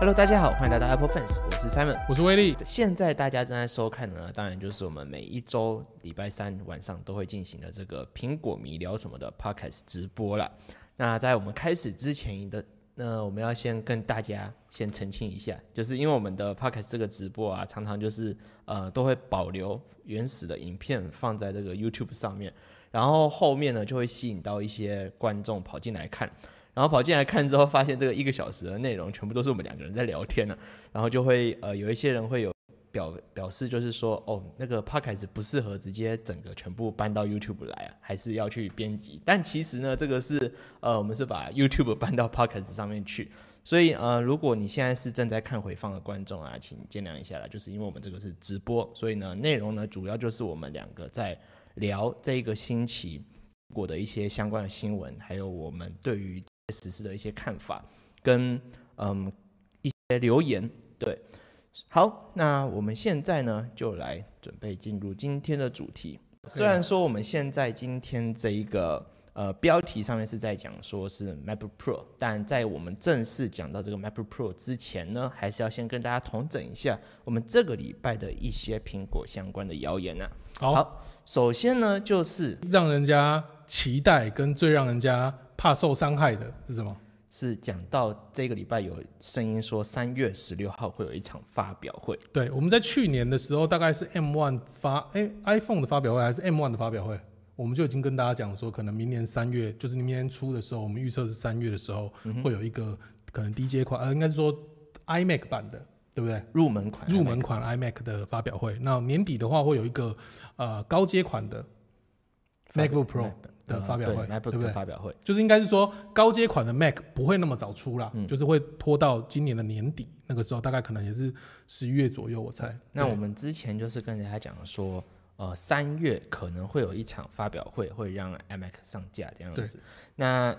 Hello，大家好，欢迎来到 Apple Fans，我是 Simon。我是威力。现在大家正在收看的呢，当然就是我们每一周礼拜三晚上都会进行的这个苹果迷聊什么的 Podcast 直播啦。那在我们开始之前的，那我们要先跟大家先澄清一下，就是因为我们的 Podcast 这个直播啊，常常就是呃都会保留原始的影片放在这个 YouTube 上面，然后后面呢就会吸引到一些观众跑进来看。然后跑进来看之后，发现这个一个小时的内容全部都是我们两个人在聊天呢、然后就会呃有一些人会有表表示，就是说哦，那个 podcast 不适合直接整个全部搬到 YouTube 来啊，还是要去编辑。但其实呢，这个是呃我们是把 YouTube 搬到 podcast 上面去。所以呃，如果你现在是正在看回放的观众啊，请见谅一下啦，就是因为我们这个是直播，所以呢，内容呢主要就是我们两个在聊这一个星期过的一些相关的新闻，还有我们对于实施的一些看法跟嗯一些留言。对，好，那我们现在呢就来准备进入今天的主题。虽然说我们现在今天这一个呃标题上面是在讲说是 MacBook Pro，但在我们正式讲到这个 MacBook Pro 之前呢，还是要先跟大家统整一下我们这个礼拜的一些苹果相关的谣言啊。好，好首先呢就是让人家期待跟最让人家怕受伤害的是什么？是讲到这个礼拜有声音说三月十六号会有一场发表会，对，我们在去年的时候，大概是 M One 发哎 iPhone 的发表会还是 M One 的发表会，我们就已经跟大家讲说，可能明年三月，就是明年初的时候，我们预测是三月的时候、会有一个可能低阶款，呃，应该是说 iMac 版的，对不对？入门款入门款 iMac 的发表会，那年底的话会有一个呃高阶款的 MacBook Pro 的发表会， m a c b o 嗯 o k 嗯对不对的？发表会，就是应该是说高阶款的 Mac 不会那么早出啦，嗯就是会拖到今年的年底，那个时候大概可能也是十一月左右，我猜。那对我们之前就是跟大家讲说，呃，三月可能会有一场发表会，会让 iMac 上架这样对子。那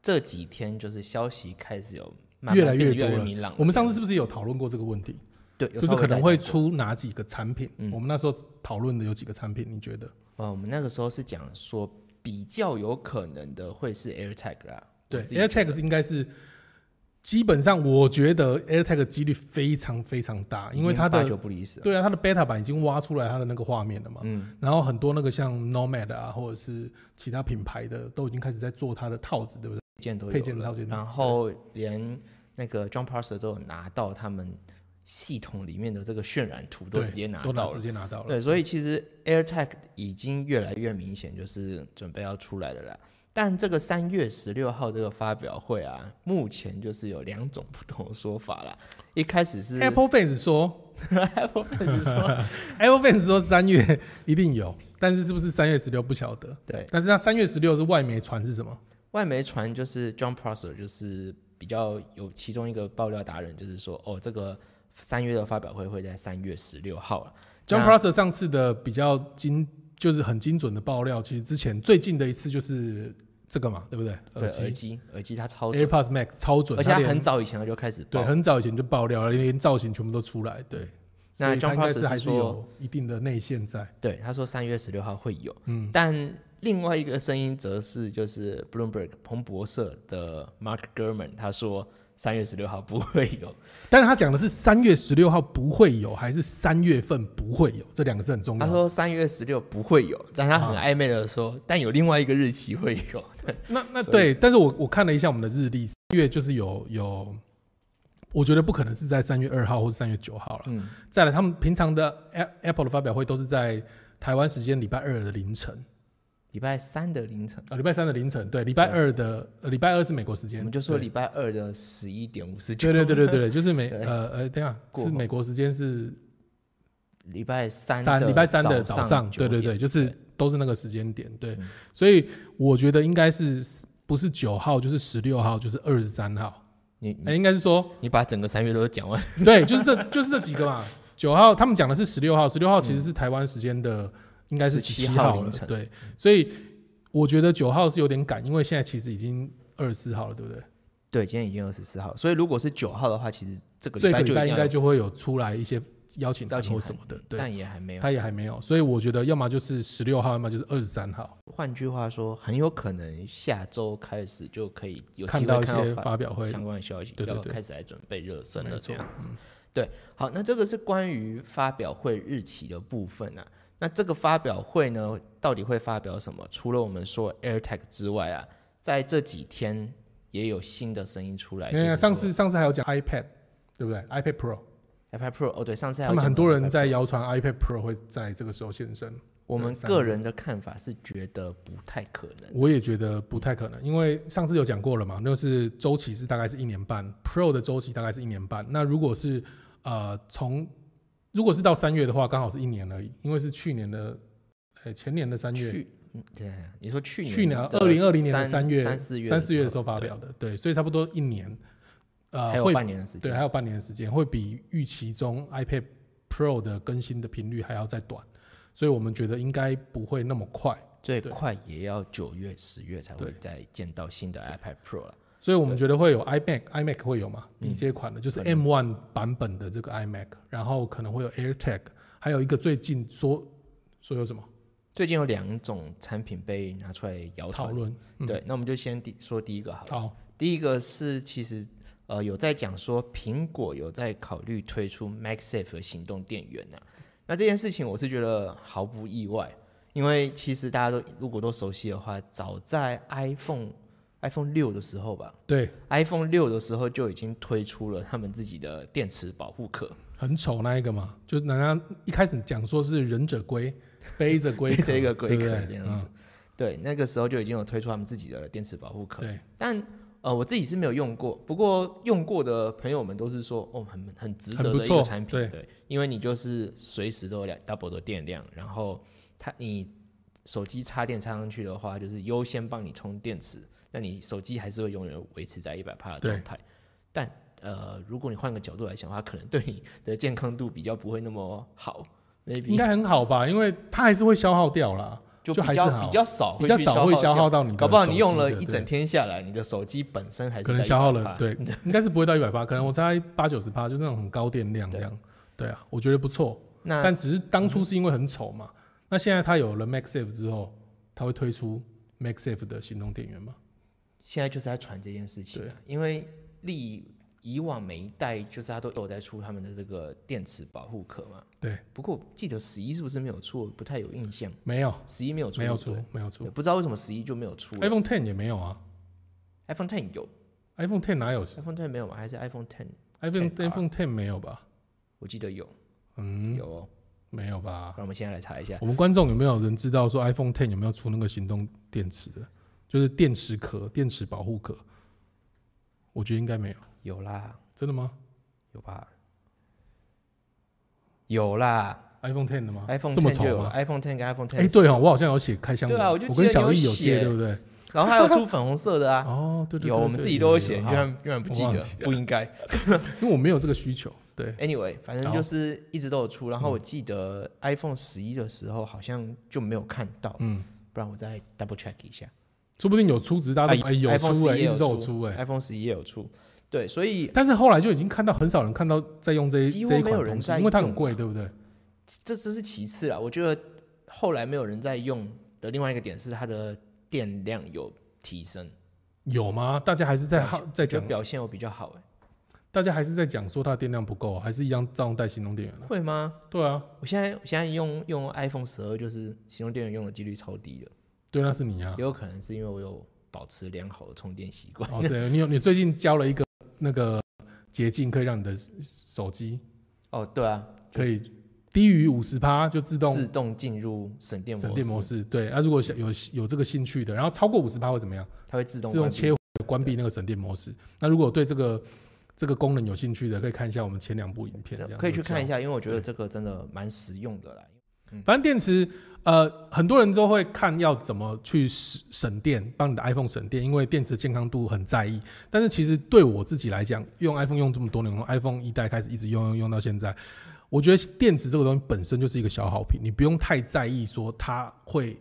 这几天就是消息开始有慢慢越来变得多越了。明朗了。我们上次是不是有讨论过这个问题？对，有就是稍微可能在会讲嗯出哪几个产品？我们那时候讨论的有几个产品？你觉得？呃，我们那个时候是讲说比较有可能的会是 AirTag 啦，对我自己，AirTag 是应该是基本上，我觉得 AirTag 的几率非常非常大，因为它已的经八九不离十了。对啊，它的 beta 版已经挖出来它的那个画面了嘛。嗯。然后很多那个像 Nomad 啊，或者是其他品牌的，都已经开始在做它的套子，对不对？配件都有配件了套件都有然后连那个 John Parser 都有拿到他们系统里面的这个渲染图，都对，直接拿都拿到直了。接拿到了。对，所以其实 AirTag 已经越来越明显，就是准备要出来的啦。但这个三月十六号这个发表会啊，目前就是有两种不同的说法啦。一开始是 Apple fans 说 Apple 是 说， ，Apple fans 说三月 一定有，但是是不是三月十六不晓得。对，但是那三月十六是外媒传是什么？外媒传就是 John Prosser 就是比较有其中一个爆料达人，就是说哦，这个三月的发表会会在三月十六号了。 John 那 Prosser 上次的比较精，就是很精准的爆料，其实之前最近的一次就是这个嘛，对不对？对呃耳耳机哎机，耳机它超准， AirPods Max 超准，而且它连很早以前它就开始对，爆。很早以前就爆料了，连造型全部都出来。对，那所以它 John 应该 Prosser 是还是是说有一定的内线在。对，他说三月十六号会有，嗯，但另外一个声音则是就是 Bloomberg 彭博社的 Mark Gurman 他说三月十六号不会有，但是他讲的是三月十六号不会有，还是三月份不会有？这两个是很重他要。说三月十六不会有，但他很啊暧昧的说，但有另外一个日期会有，那那所以对，但是我我看了一下我们的日历，三月就是有有，我觉得不可能是在三月二号或是三月九号了。嗯，再来，他们平常的 A- Apple 的发表会都是在台湾时间礼拜二的凌晨礼拜三的凌晨，啊，礼拜三的凌晨，对，礼拜二的呃礼拜二是美国时间，我们就说对礼拜二的十一点五十九，对对对对对，对就是美对呃呃，等一下过是后美国时间是礼拜三三礼拜三的早早上，对9对对，点就是都是那个时间点，对嗯，所以我觉得应该是不是九号就是十六号就是二十三号，你你哎，应该是说你把整个三月都讲完， 对，就是这 就是这几个嘛。九号他们讲的是十六号，十六号其实是台湾时间的，应该是17七嗯号了凌晨。对，所以我觉得九号是有点赶，因为现在其实已经二十四号了，对不对？对，今天已经二十四号，所以如果是九号的话，其实这个所礼以拜礼就拜一应定该要就会有出来一些邀请函邀请或函什么的，对，但也还没有。他也还没有，所以我觉得要么就是十六号，要么就是二十三号。换句话说，很有可能下周开始就可以有看机到会一看些到发表会，相关的消息，对对要对开始来准备热身没了，错嗯这样子。对，好，那这个是关于发表会日期的部分啊。那这个发表会呢，到底会发表什么？除了我们说 AirTag 之外啊，在这几天也有新的声音出来。没有哎就是上说次上次还有讲 iPad，对不对？iPad Pro， iPad Pro 哦，对，上次还有他们讲很到多 iPad 人 Pro 在谣传 iPad Pro 会在这个时候现身，我们三个人的看法是觉得不太可能。我也觉得不太可能，因为上次有讲过了嘛，那是周期是大概是一年半，Pro 的周期大概是一年半。那如果是呃从如果是到三月的话，刚好是一年而已，因为是去年的，呃、前年的三月，去，嗯对，你说去年去年的二零二零年的三月、三四月、三四月的时候发表，的，对，所以差不多一年，对还呃，有会半年的时间。对，还有半年的时间，会比预期中 iPad Pro 的更新的频率还要再短，所以我们觉得应该不会那么快。最对快也要九月、十月才会对再见到新的 iPad Pro 了。所以我们觉得会有 iMac、iMac 会有嘛，嗯低阶款的，就是可能 M1 版本的这个 iMac，然后可能会有 AirTag，还有一个最近说说有什么最近有两种产品被拿出来谣讨传，论？嗯，对，那我们就先第说第一个好了。好，第一个是其实呃有在讲说苹果有在考虑推出 MagSafe 的行动电源啊，那这件事情我是觉得毫不意外，因为其实大家都如果都熟悉的话，早在 iPhone iPhone 六的时候吧对， ，iPhone 六的时候就已经推出了他们自己的电池保护壳，很丑那一个嘛，就是人家一开始讲说是忍者龟，背 着龟壳，这个龟壳对不对嗯这样子，对，那个时候就已经有推出他们自己的电池保护壳嗯，对，但呃，我自己是没有用过，不过用过的朋友们都是说，哦，很很值很得不的一错个产品，对因为你就是随时都有两 double 的电量，然后它你手机插电插上去的话，就是优先帮你充电池，那你手机还是会永远维持在一百帕的对状态，但。呃，如果你换个角度来想的话，可能对你的健康度比较不会那么好应，maybe 该很好吧，因为它还是会消耗掉啦，就嗯就比还是较好比较少比较啊去少会消掉耗到你的手机的，搞不好你用了对一整天下来，你的手机本身还是可能在消耗了100%，对， 应该是不会到一百八，可能我猜八九十趴，就是那种很高电量这样。对啊，我觉得不错，那嗯但只是当初是因为很丑嘛。那现在它有了 MagSafe 之后，它会推出 MagSafe 的行动电源嘛？现在就是在传这件事情、啊，因为历以往每一代就是它都有在出他们的这个电池保护壳嘛。对，不过记得十一是不是没有出？我不太有印象，没有，十一没有出，没有对不出对，没有对出。不知道为什么十一就没有出了。 iPhone Ten 也没有啊 iPhone Ten 有，iPhone Ten 哪有，iPhone Ten 没有吗？还是 iPhone Ten？ ？iPhone Ten R iPhone Ten 没有吧？我记得有，嗯，有哦。没有吧？那我们现在来查一下。我们观众有没有人知道说 iPhone Ten 有没有出那个行动电池的，就是电池壳、电池保护壳？我觉得应该没有，有啦，真的吗？有吧？有啦 iPhone Ten 的吗，iPhone 这么10丑就有了吗？ ，iPhone Ten 跟 iPhone 哎、 Ten，、对哦，我好像有写开箱文，对啊我就记得跟小你易有有写写，对不对？然后还有出粉红色的啊，哦，对对对有，我们自己都有写，你居，然居然不我记忘得记，不应该。好因为我没有这个需求，对， Anyway，反正好嗯就是一直都有出，然后我记得 iPhone 十一的时候好像就没有看到，嗯，不然我再 double check 一下。说不定有出，只是大家都哎、有啊 iPhone 出哎、 11也一直都有出啊出哎、 iPhone 十一也有出，对，所以但是后来就已经看到很少人看到在用这一几乎这一没有款人东西，在因为它很用贵，对不对？这这是其次啊。我觉得后来没有人在用的另外一个点是它的电量有提升，有吗？大家还是在表在就讲，表现有比较好、欸，大家还是在讲说它的电量不够，啊还是一样照样带行动电源啊会吗？对啊，我现在我现在用用 iPhone 十二，就是行动电源用的几率超低的，对，那是你啊也。有可能是因为我有保持良好的充电习惯。哦，是，你有你最近教了一个那个捷径，可以让你的手机 哦，对啊，就可是以低于五十趴就自动自动进入省电省模电模式，式。对，那、啊如果想有有这个兴趣的，然后超过五十趴会怎么样？它会自动自动关闭切回关闭那个省电模式。那如果对这个这个功能有兴趣的，可以看一下我们前两部影片，这这样样可以去看一下。下，因为我觉得这个真的蛮实用的啦。反正电池，呃，很多人都会看要怎么去省省电，帮你的 iPhone 省电，因为电池健康度很在意。但是其实对我自己来讲，用 iPhone 用这么多年，从 iPhone 一代开始一直用用用到现在，我觉得电池这个东西本身就是一个消耗品，你不用太在意说它会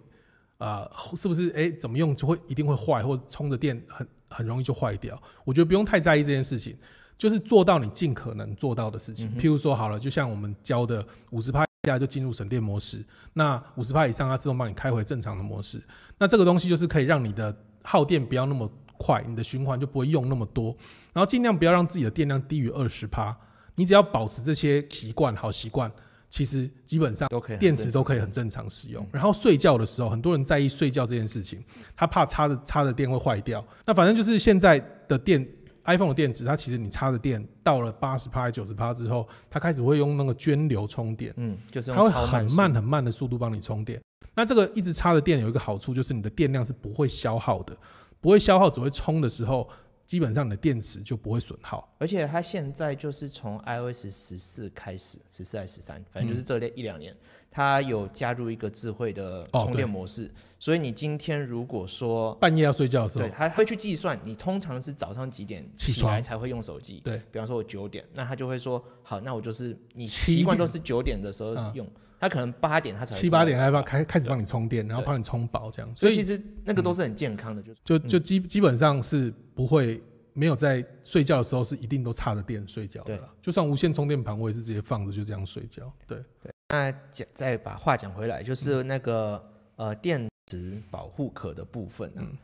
呃是不是哎怎么用就会一定会坏，或者充着电很很容易就坏掉。我觉得不用太在意这件事情，就是做到你尽可能做到的事情。譬如说好了，就像我们教的五十趴接下来就进入省电模式。那五十帕以上，它自动帮你开回正常的模式。那这个东西就是可以让你的耗电不要那么快，你的循环就不会用那么多，然后尽量不要让自己的电量低于二十帕。你只要保持这些习惯，好习惯，其实基本上都可以很嗯电池都可以很正常使用。然后睡觉的时候，很多人在意睡觉这件事情，他怕插着插着电会坏掉。那反正就是现在的电 iPhone 的电池，它其实你插着电到了八十帕、九十帕之后，它开始会用那个涓流充电。嗯，就是它用会超慢很速慢很慢的速度帮你充电。那这个一直插着电有一个好处，就是你的电量是不会消耗的，不会消耗，只会充的时候，基本上你的电池就不会损耗。而且它现在就是从 iOS 十四开始，十四还是十三，反正就是这类一两年，它有加入一个智慧的嗯哦充对电模式。所以你今天如果说半夜要睡觉的时候对，，它会去计算你通常是早上几点哦起起来床才会用手机。对，比方说我九点，那它就会说好，那我就是你七习惯都点是九点的时候嗯用，它可能八点它才会七出八来点开帮开开始帮你充电，然后对帮你充饱这样，所所以其以实嗯那个都是很健康的，就是就就基基本上是不会没有在睡觉的时候是一定都插着电睡觉的啦。就算无线充电盘，我也是直接放着就这样睡觉。对，嗯那讲再把话讲回来，就是那个、呃电池保护壳的部分啊，嗯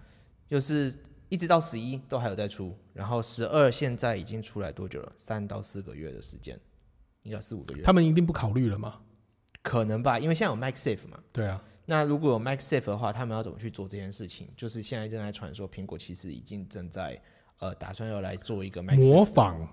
就是一直到十一都还有在出，然后十二现在已经出来多久了？三到四个月的时间，应该有四五个月，他们一定不考虑了嘛？可能吧，因为现在有 MagSafe 嘛。对啊，那如果有 MagSafe 的话，他们要怎么去做这件事情？就是现在正在传说，苹果其实已经正在呃打算要来做一个 MagSafe 模仿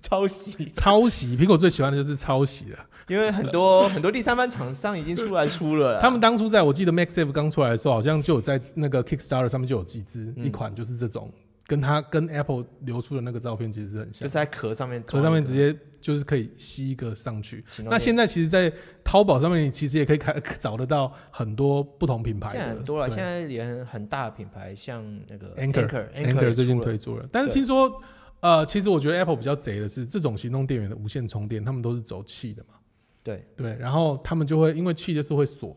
抄袭，抄袭，苹果最喜欢的就是抄袭了。因为很多很多第三方厂商已经出来出了啦，他们当初在我记得 MaxSafe 刚出来的时候，好像就有在那个 Kickstarter 上面就有集资、嗯一款，就是这种跟它跟 Apple 流出的那个照片其实是很就像是，在壳上面可装上一面个直接就是可以吸一个上去。行动那电现在其实，在淘宝上面，你其实也可以看找得到很多不同品牌现的，在很多了，对现在连很大的品牌，像那个 Anchor Anchor 也最近出了推出了，但是对听说。呃，其实我觉得 Apple 比较贼的是，这种行动电源的无线充电，他们都是走气的嘛。对，对，然后他们就会因为气就是会锁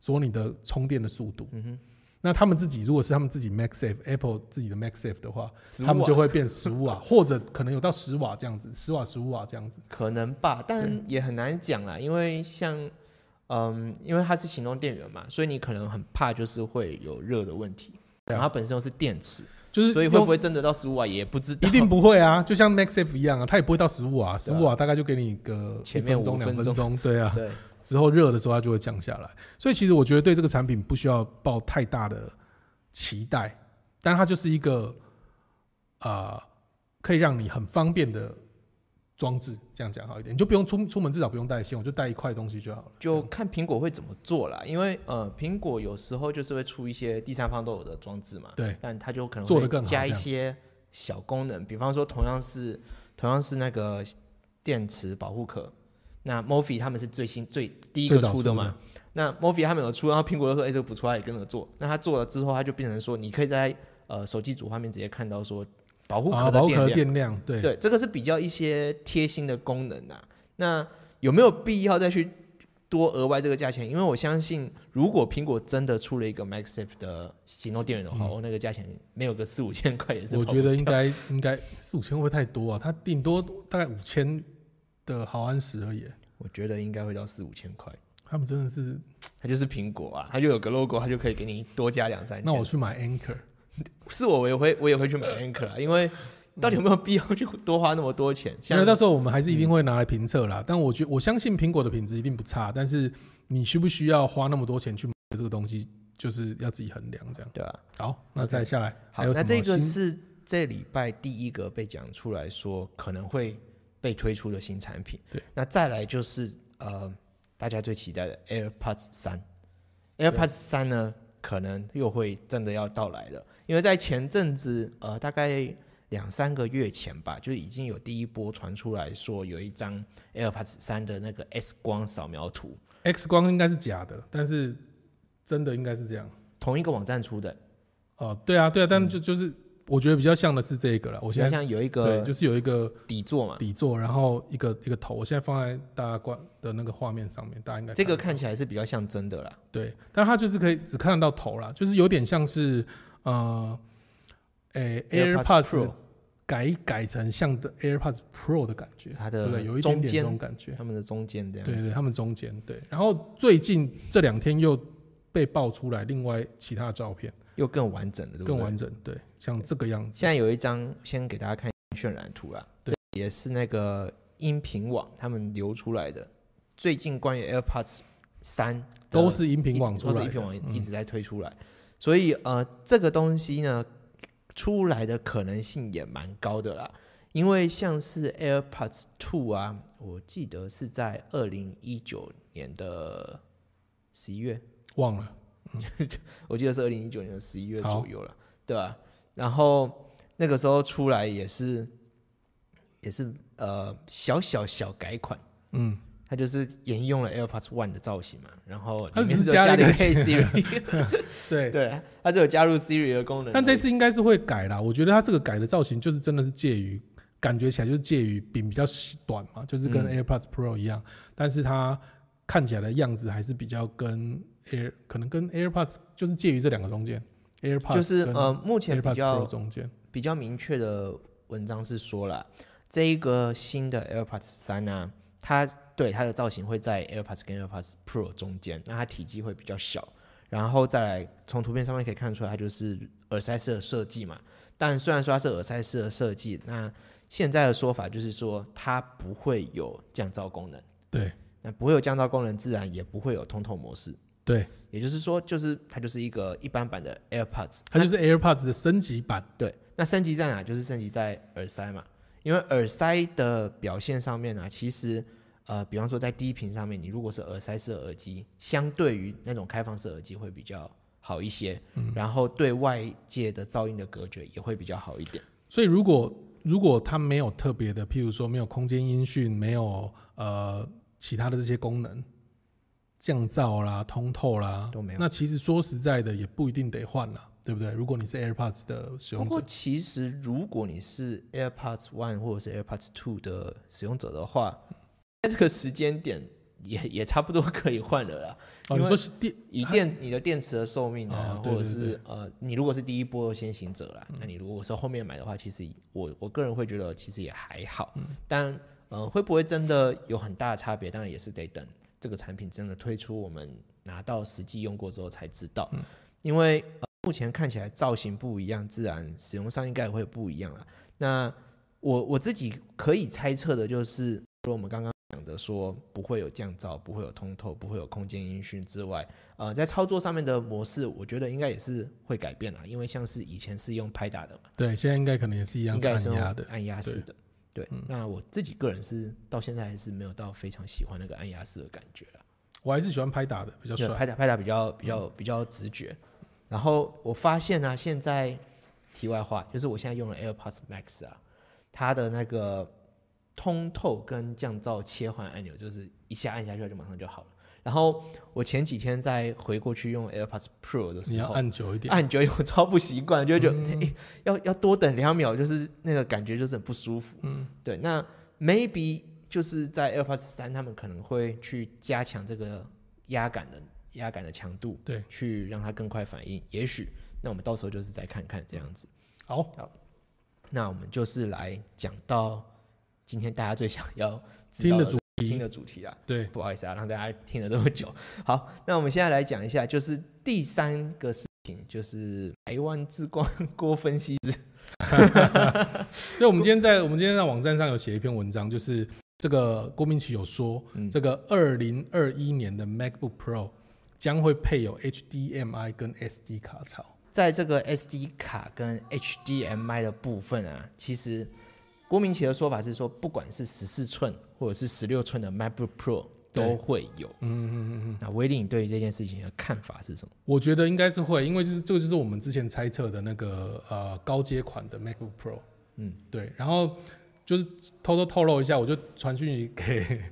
锁你的充电的速度。嗯哼。那他们自己如果是他们自己 MaxSafe Apple 自己的 MaxSafe 的话， 15他们瓦就会变十五瓦，或者可能有到十瓦这样子，十瓦十五瓦这样子。可能吧，但也很难讲啦，因为像嗯，因为它是行动电源嘛，所以你可能很怕就是会有热的问题，对然啊后它本身又是电池，就是所以会不用会真的到十五瓦也不知道，一定不会啊？就像 MaxSafe 一样啊，它也不会到十五瓦，十五瓦大概就给你个前一面分钟5两分分钟钟，对啊。 对，之后热的时候它就会降下来。所以其实我觉得对这个产品不需要抱太大的期待，但它就是一个呃可以让你很方便的装置，这样讲好一点，你就不用出出门至少不用带线，我就带一块东西就好了。就看苹果会怎么做啦，因为呃，苹果有时候就是会出一些第三方都有的装置嘛，对，但它就可能做会得更好加一这样些小功能，比方说同样是同样是那个电池保护壳，那 Morphe 他们是最新最第一个最早出出的的嘛，那 Morphe 他们有出，然后苹果就说，哎、这个不错，它也跟着做。那它做了之后，它就变成说，你可以在呃手机主画面直接看到说保护壳啊，的包电壳的量，电量，对，对，这个是比较一些贴心的功能啊。那有没有必要再去多额外这个价钱？因为我相信，如果苹果真的出了一个 MagSafe 的行动电源的话，哦，那个价钱没有个四五千块也是跑嗯我不觉得应掉该应该四五千会不会太多啊，它顶多大概五千的毫安时而已。我觉得应该会到四五千块。他们真的是，它就是苹果啊，它就有个 logo，它就可以给你多加两三千。那我去买 Anchor，是我，我也会我也会去买 Anchor 啊，因为到底有没有必要去多花那么多钱？因像为到时候我们还是一定会拿来评测啦。但我觉我相信苹果的品质一定不差，但是你需不需要花那么多钱去买这个东西，就是要自己衡量这样。对啊吧、好，那再下来好还，有那什么这个新是这礼拜第一个被讲出来说可能会被推出的新产品。对，那再来就是呃，大家最期待的 AirPods 三，AirPods 三呢，可能又会真的要到来了，因为在前阵子呃，大概。两三个月前吧，就已经有第一波传出来说有一张 AirPods 三的那个 X 光扫描图， X 光应该是假的，但是真的应该是这样。同一个网站出的，哦，对啊，对啊，但就就是我觉得比较像的是这个了。我我现嗯在像有一对，个啊就是有一个底座嘛，底座，然后一个一个头，我现在放在大家观的那个画面上面，大家应该这个看看起来是比较像真的啦。对，但它就是可以只看得到头啦，就是有点像是呃，诶 AirPods AirPods Pro 改改成像的 AirPods Pro 的感觉，它对不的对？有一点中点这间种感觉。他们的中间这样对子。对，他们中间对。然后最近这两天又被爆出来另外其他的照片，又更完整了，对不对？更完整，对，像这个样子。现在有一张，先给大家看渲染图啦，对，也是那个音频网他们流出来的，最近关于 AirPods 三都是音频网出都来是的，嗯音频网一直在推出来，所以呃，这个东西呢，出来的可能性也蛮高的啦。因为像是 AirPods Two 啊，我记得是在二零一九年的十一月，忘了，我记得是二零一九年的十一月好左右了，对吧、然后那个时候出来也是，也是呃小小小改款，嗯，它就是沿用了 AirPods One 的造型嘛，然后它里面只是只有加了了一一个个 Hey Siri，对。对，它只有加入 Siri 的功能而已。但这次应该是会改啦，我觉得它这个改的造型就是真的是介于，感觉起来就是介于柄比较短嘛，就是跟嗯 AirPods Pro 一样，但是它看起来的样子还是比较跟 Air 可能跟 AirPods 就是介于这两个中间，AirPods 就是跟呃，目前比 AirPods 较 Pro 中间，比较明确的文章是说了，这一个新的 AirPods 三呢，它对它的造型会在 AirPods 跟 AirPods Pro 中间，那它体积会比较小。然后再来从图片上面可以看出来，它就是耳塞式的设计嘛。但虽然说它是耳塞式的设计，那现在的说法就是说它不会有降噪功能，对那不会有降噪功能，自然也不会有通透模式。对，也就是说，就是它就是一个一般版的 AirPods，它就是 AirPods 的升级版，对，那升级在哪？就是升级在耳塞嘛，因为耳塞的表现上面呢、啊其实呃，比方说在低频上面，你如果是耳塞式耳机，相对于那种开放式耳机会比较好一些，然后对外界的噪音的隔绝也会比较好一点。所以如果如果它没有特别的，譬如说没有空间音讯，没有呃其他的这些功能，降噪啦、通透啦，都没有那其实说实在的，也不一定得换啦，对不对？如果你是 AirPods 的使不用者过，其实如果你是 AirPods One 或者是 AirPods Two 的使用者的话，在这个时间点也也差不多可以换了啦。哦，因你为说是电以电你的电池的寿命啊哦，对或者对嗯是呃，你如果是第一波先行者啦，那你如果是后面买的话，其实我我个人会觉得其实也还好，嗯但呃会不会真的有很大的差别？当然也是得等这个产品真的推出，我们拿到实际用过之后才知道，嗯因为、呃目前看起来造型不一样，自然使用上应该也会不一样啦。那我我自己可以猜测的就是，说我们刚刚讲的说不会有降噪，不会有通透，不会有空间音讯之外，呃，在操作上面的模式，我觉得应该也是会改变啦，因为像是以前是用拍打的嘛，对，现在应该可能也是一样应是该也是按用压的，嗯按压式的。对，那我自己个人是到现在还是没有到非常喜欢那个按压式的感觉啦。我还是喜欢拍打的，比较对，帅。嗯拍打拍打比较比较比较直觉。然后我发现呢、现在题外话就是我现在用了 AirPods Max 啊，它的那个通透跟降噪切换按钮，就是一下按下去它就马上就好了。然后我前几天再回过去用 AirPods Pro 的你时要候，啊按久一点，嗯按久了我超不习惯，就会觉得、诶要要多等两秒，就是那个感觉就是很不舒服。嗯，对。那 maybe 就是在 AirPods 三，他们可能会去加强这个压感的压感的强度，对，去让它更快反应。也许那我们到时候就是再看看这样子。好，那我们就是来讲到今天大家最想要知听道的主听题，的主题啊。对，不好意思啊，让大家听了这么久。 好，那我们现在来讲一下，就是第三个事情，就是台湾之光郭分析师。所以我们今天在我们今天在网站上有写一篇文章，就是这个郭明奇有说，嗯这个二零二一年的 MacBook Pro 将会配有 HDMI 跟 SD 卡槽。在这个 SD 卡跟 HDMI 的部分啊，其实郭明奇的说法是说，不管是十四寸或者是十六寸的 MacBook Pro 对都会有。嗯嗯嗯嗯，那威利，你对于这件事情的看法是什么？我觉得应该是会，因为就是这个就是我们之前猜测的那个呃高阶款的 MacBook Pro。嗯，对，然后就是偷偷透露一下，我就传讯给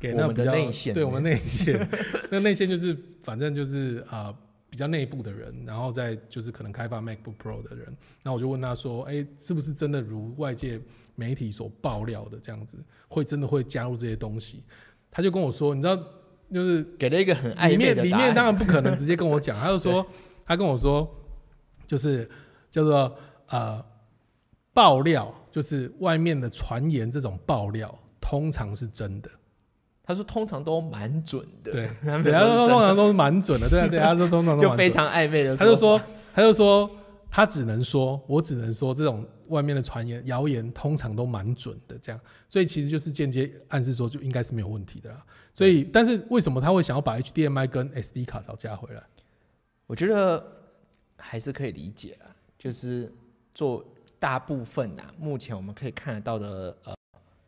给那我们的比较内线对我们内 线，那内线就是反正就是啊、呃比较内部的人，然后再就是可能开发 MacBook Pro 的人，那我就问他说，哎、是不是真的如外界媒体所爆料的这样子，会真的会加入这些东西？他就跟我说，你知道，就是给了一个很里暧昧面的里答面案。当然不可能直接跟 我讲，他就说他跟我说就是叫做呃爆料，就是外面的传言这种爆料，通常是真的。他说通常都蛮准的，对，他们对，他都是真说通的常都是蛮准的，对啊，对啊，他说通常都就蛮非准常暧昧的，他就说，他就说，他只能说，我只能说，这种外面的传言、谣言通常都蛮准的，这样，所以其实就是间接暗示说，就应该是没有问题的啦。所以，但是为什么他会想要把 HDMI 跟 SD 卡槽加回来？我觉得还是可以理解啊，就是做大部分啊，目前我们可以看得到的呃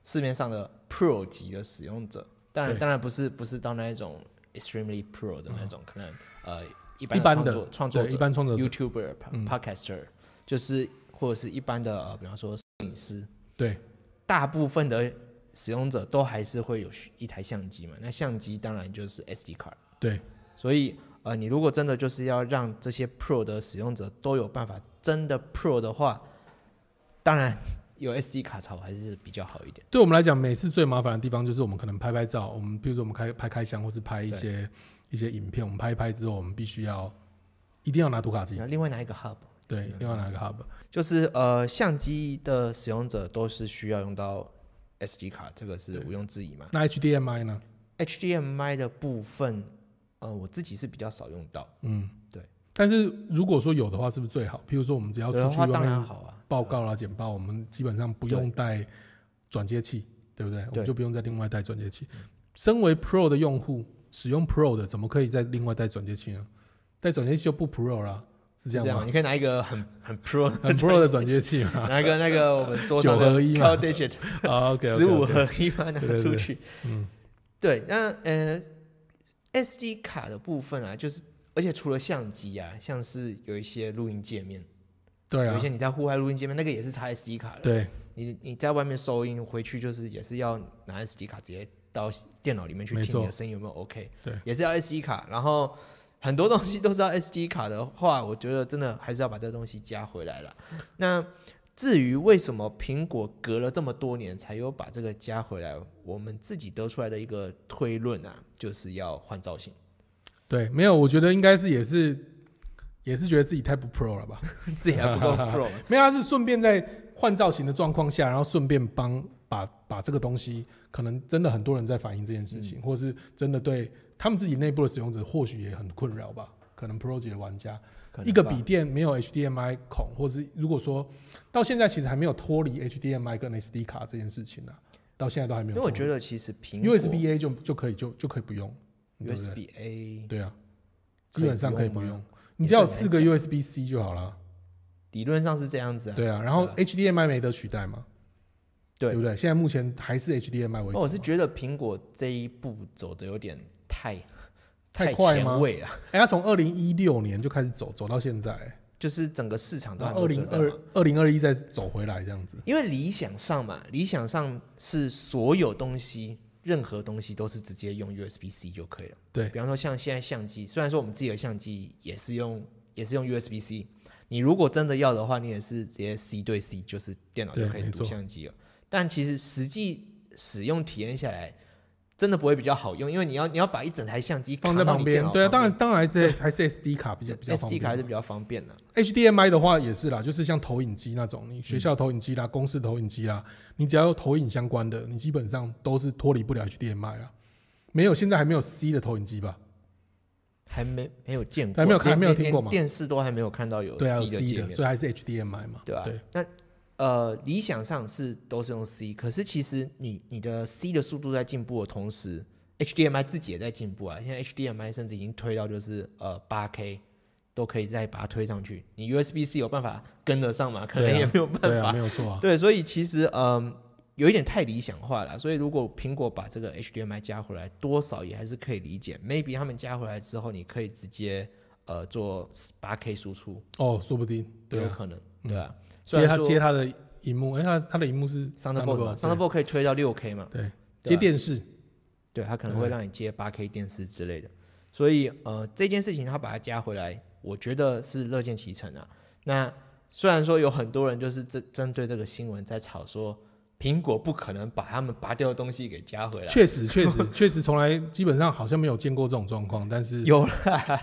市面上的 Pro 级的使用者，当然对嗯当然不是不是到那一种 extremely Pro 的那种，可能呃一般一般创的作创作对者一般创作者 YouTuber、嗯 Podcaster，就是或者是一般的呃，比方说摄影师，对大部分的使用者都还是会有需一台相机嘛，那相机当然就是 SD 卡。对所以呃，你如果真的就是要让这些 Pro 的使用者都有办法真的 Pro 的话，当然有 SD 卡槽还是比较好一点。对我们来讲，每次最麻烦的地方就是我们可能拍拍照，我们比如说我们开拍开箱，或是拍一些一些影片，我们拍一拍之后，我们必须要一定要拿读卡机然，后另外拿一个 Hub，对，另外拿个 hub，就是呃，相机的使用者都是需要用到 SD 卡，这个是毋庸置疑嘛。那 HDMI 呢？ HDMI 的部分，呃，我自己是比较少用到，嗯，对。但是如果说有的话，是不是最好？譬如说我们只要有出的去话外当然面好啊。报告啦、简报，我们基本上不用带转接器，对不对？我们就不用再另外带转接器。身为 Pro 的用户，使用 Pro 的怎么可以再另外带转接器呢？带转接器就不 Pro 啦，是这是样这样，吗？你可以拿一个很很 pro 的很 Pro 的转接器 嘛拿一个那个我们桌上九的合一 c 嘛 o d i g i t 啊，OK， 十五合一把它拿对对出对去。嗯，对，那呃，SD 卡的部分啊，就是而且除了相机啊，像是有一些录音界面，对有一啊些，你在户外录音界面那个也是插 SD 卡的。，对你你在外面收音回去就是也是要拿 SD 卡直接到电脑里面去没听你错的声音有没有 OK，对也是要 SD 卡，然后。很多东西都是要 SD 卡的话，我觉得真的还是要把这东西加回来了。 那至于为什么苹果隔了这么多年才有把这个加回来，我们自己得出来的一个推论啊，就是要换造型。 对，没有，我觉得应该是也是也是觉得自己太不 Pro 了吧。 自己还不够 pro 嘛。没有，他是顺便在换造型的状况下，然后顺便帮把把这个东西，可能真的很多人在反映这件事嗯情，或是真的对他们自己内部的使用者，或许也很困扰吧。可能 Pro 级的玩家，可能吧一个笔电没有 HDMI 孔，或是如果说到现在其实还没有脱离 HDMI 跟 SD 卡这件事情呢、啊到现在都还没因有为我脱离。觉得其实苹果 USB A 就就可以就就可以不用，对不对？ USB A 对啊，可以基本上可以不不用吗用，你只要有四个也 USB C 就好了。理论上是这样子啊。对啊，然后对 HDMI 没得取代嘛，对不对？现在目前还是 HDMI 那为主嘛，哦我是觉得苹果这一步走的有点太太快吗前卫啊了，哎，它从二零一六年就开始走，走到现在，就是整个市哦场都啊然还后没啊二有准备零二好。二零二一再走回来这样子。因为理想上嘛，理想上是所有东西，任何东西都是直接用 USB C 就可以了。对比方说像现在相机，虽然说我们自己的相机也是用也是用 USB C，你如果真的要的话，你也是直接 C 对 C，就是电脑就对可以没读错相机了。但其实实际使用体验下来，真的不会比较好用，因为你要你要把一整台相机放扛在到旁你边电，脑对啊，当旁然当然还是还是 SD 卡比较边比较方 SD 卡还便。是比较方便的、 HDMI 的话也是啦，就是像投影机那种，你学校投影机啦、公司投影机啦，你只要有投影相关的，你基本上都是脱离不了 HDMI 啊。没有，现在还没有 C 的投影机吧？还没没有见过，还没有看连还没有连听过吗连电视都还没有看到有对啊有哦 C ，C 的界的，面，所以还是 HDMI 嘛。对啊吧、对那呃，理想上是都是用 C，可是其实你你的 C 的速度在进步的同时，HDMI 自己也在进步啊。现在 HDMI 甚至已经推到就是呃八 K 都可以再把它推上去。你 USB C 有办法跟得上吗？可能对啊也没有对办法。啊，没有错啊。对，所以其实嗯、有一点太理想化了。所以如果苹果把这个 HDMI 加回来，多少也还是可以理解。Maybe 他们加回来之后，你可以直接呃做八 K 输出，哦，说不定对有啊，可能，对啊。虽接然他说接他的荧幕，哎、他他的荧幕是 Thunderbolt 嘛 Thunderbolt，啊，Thunderbolt 可以推到六 K 嘛，对，对接啊电视，对，它可能会让你接八 K 电视之类的。所以呃，这件事情它把它加回来，我觉得是乐见其成啊。那虽然说有很多人就是针针对这个新闻在吵说，苹果不可能把他们拔掉的东西给加回来，确实确实 确实从来基本上好像没有见过这种状况，但是有了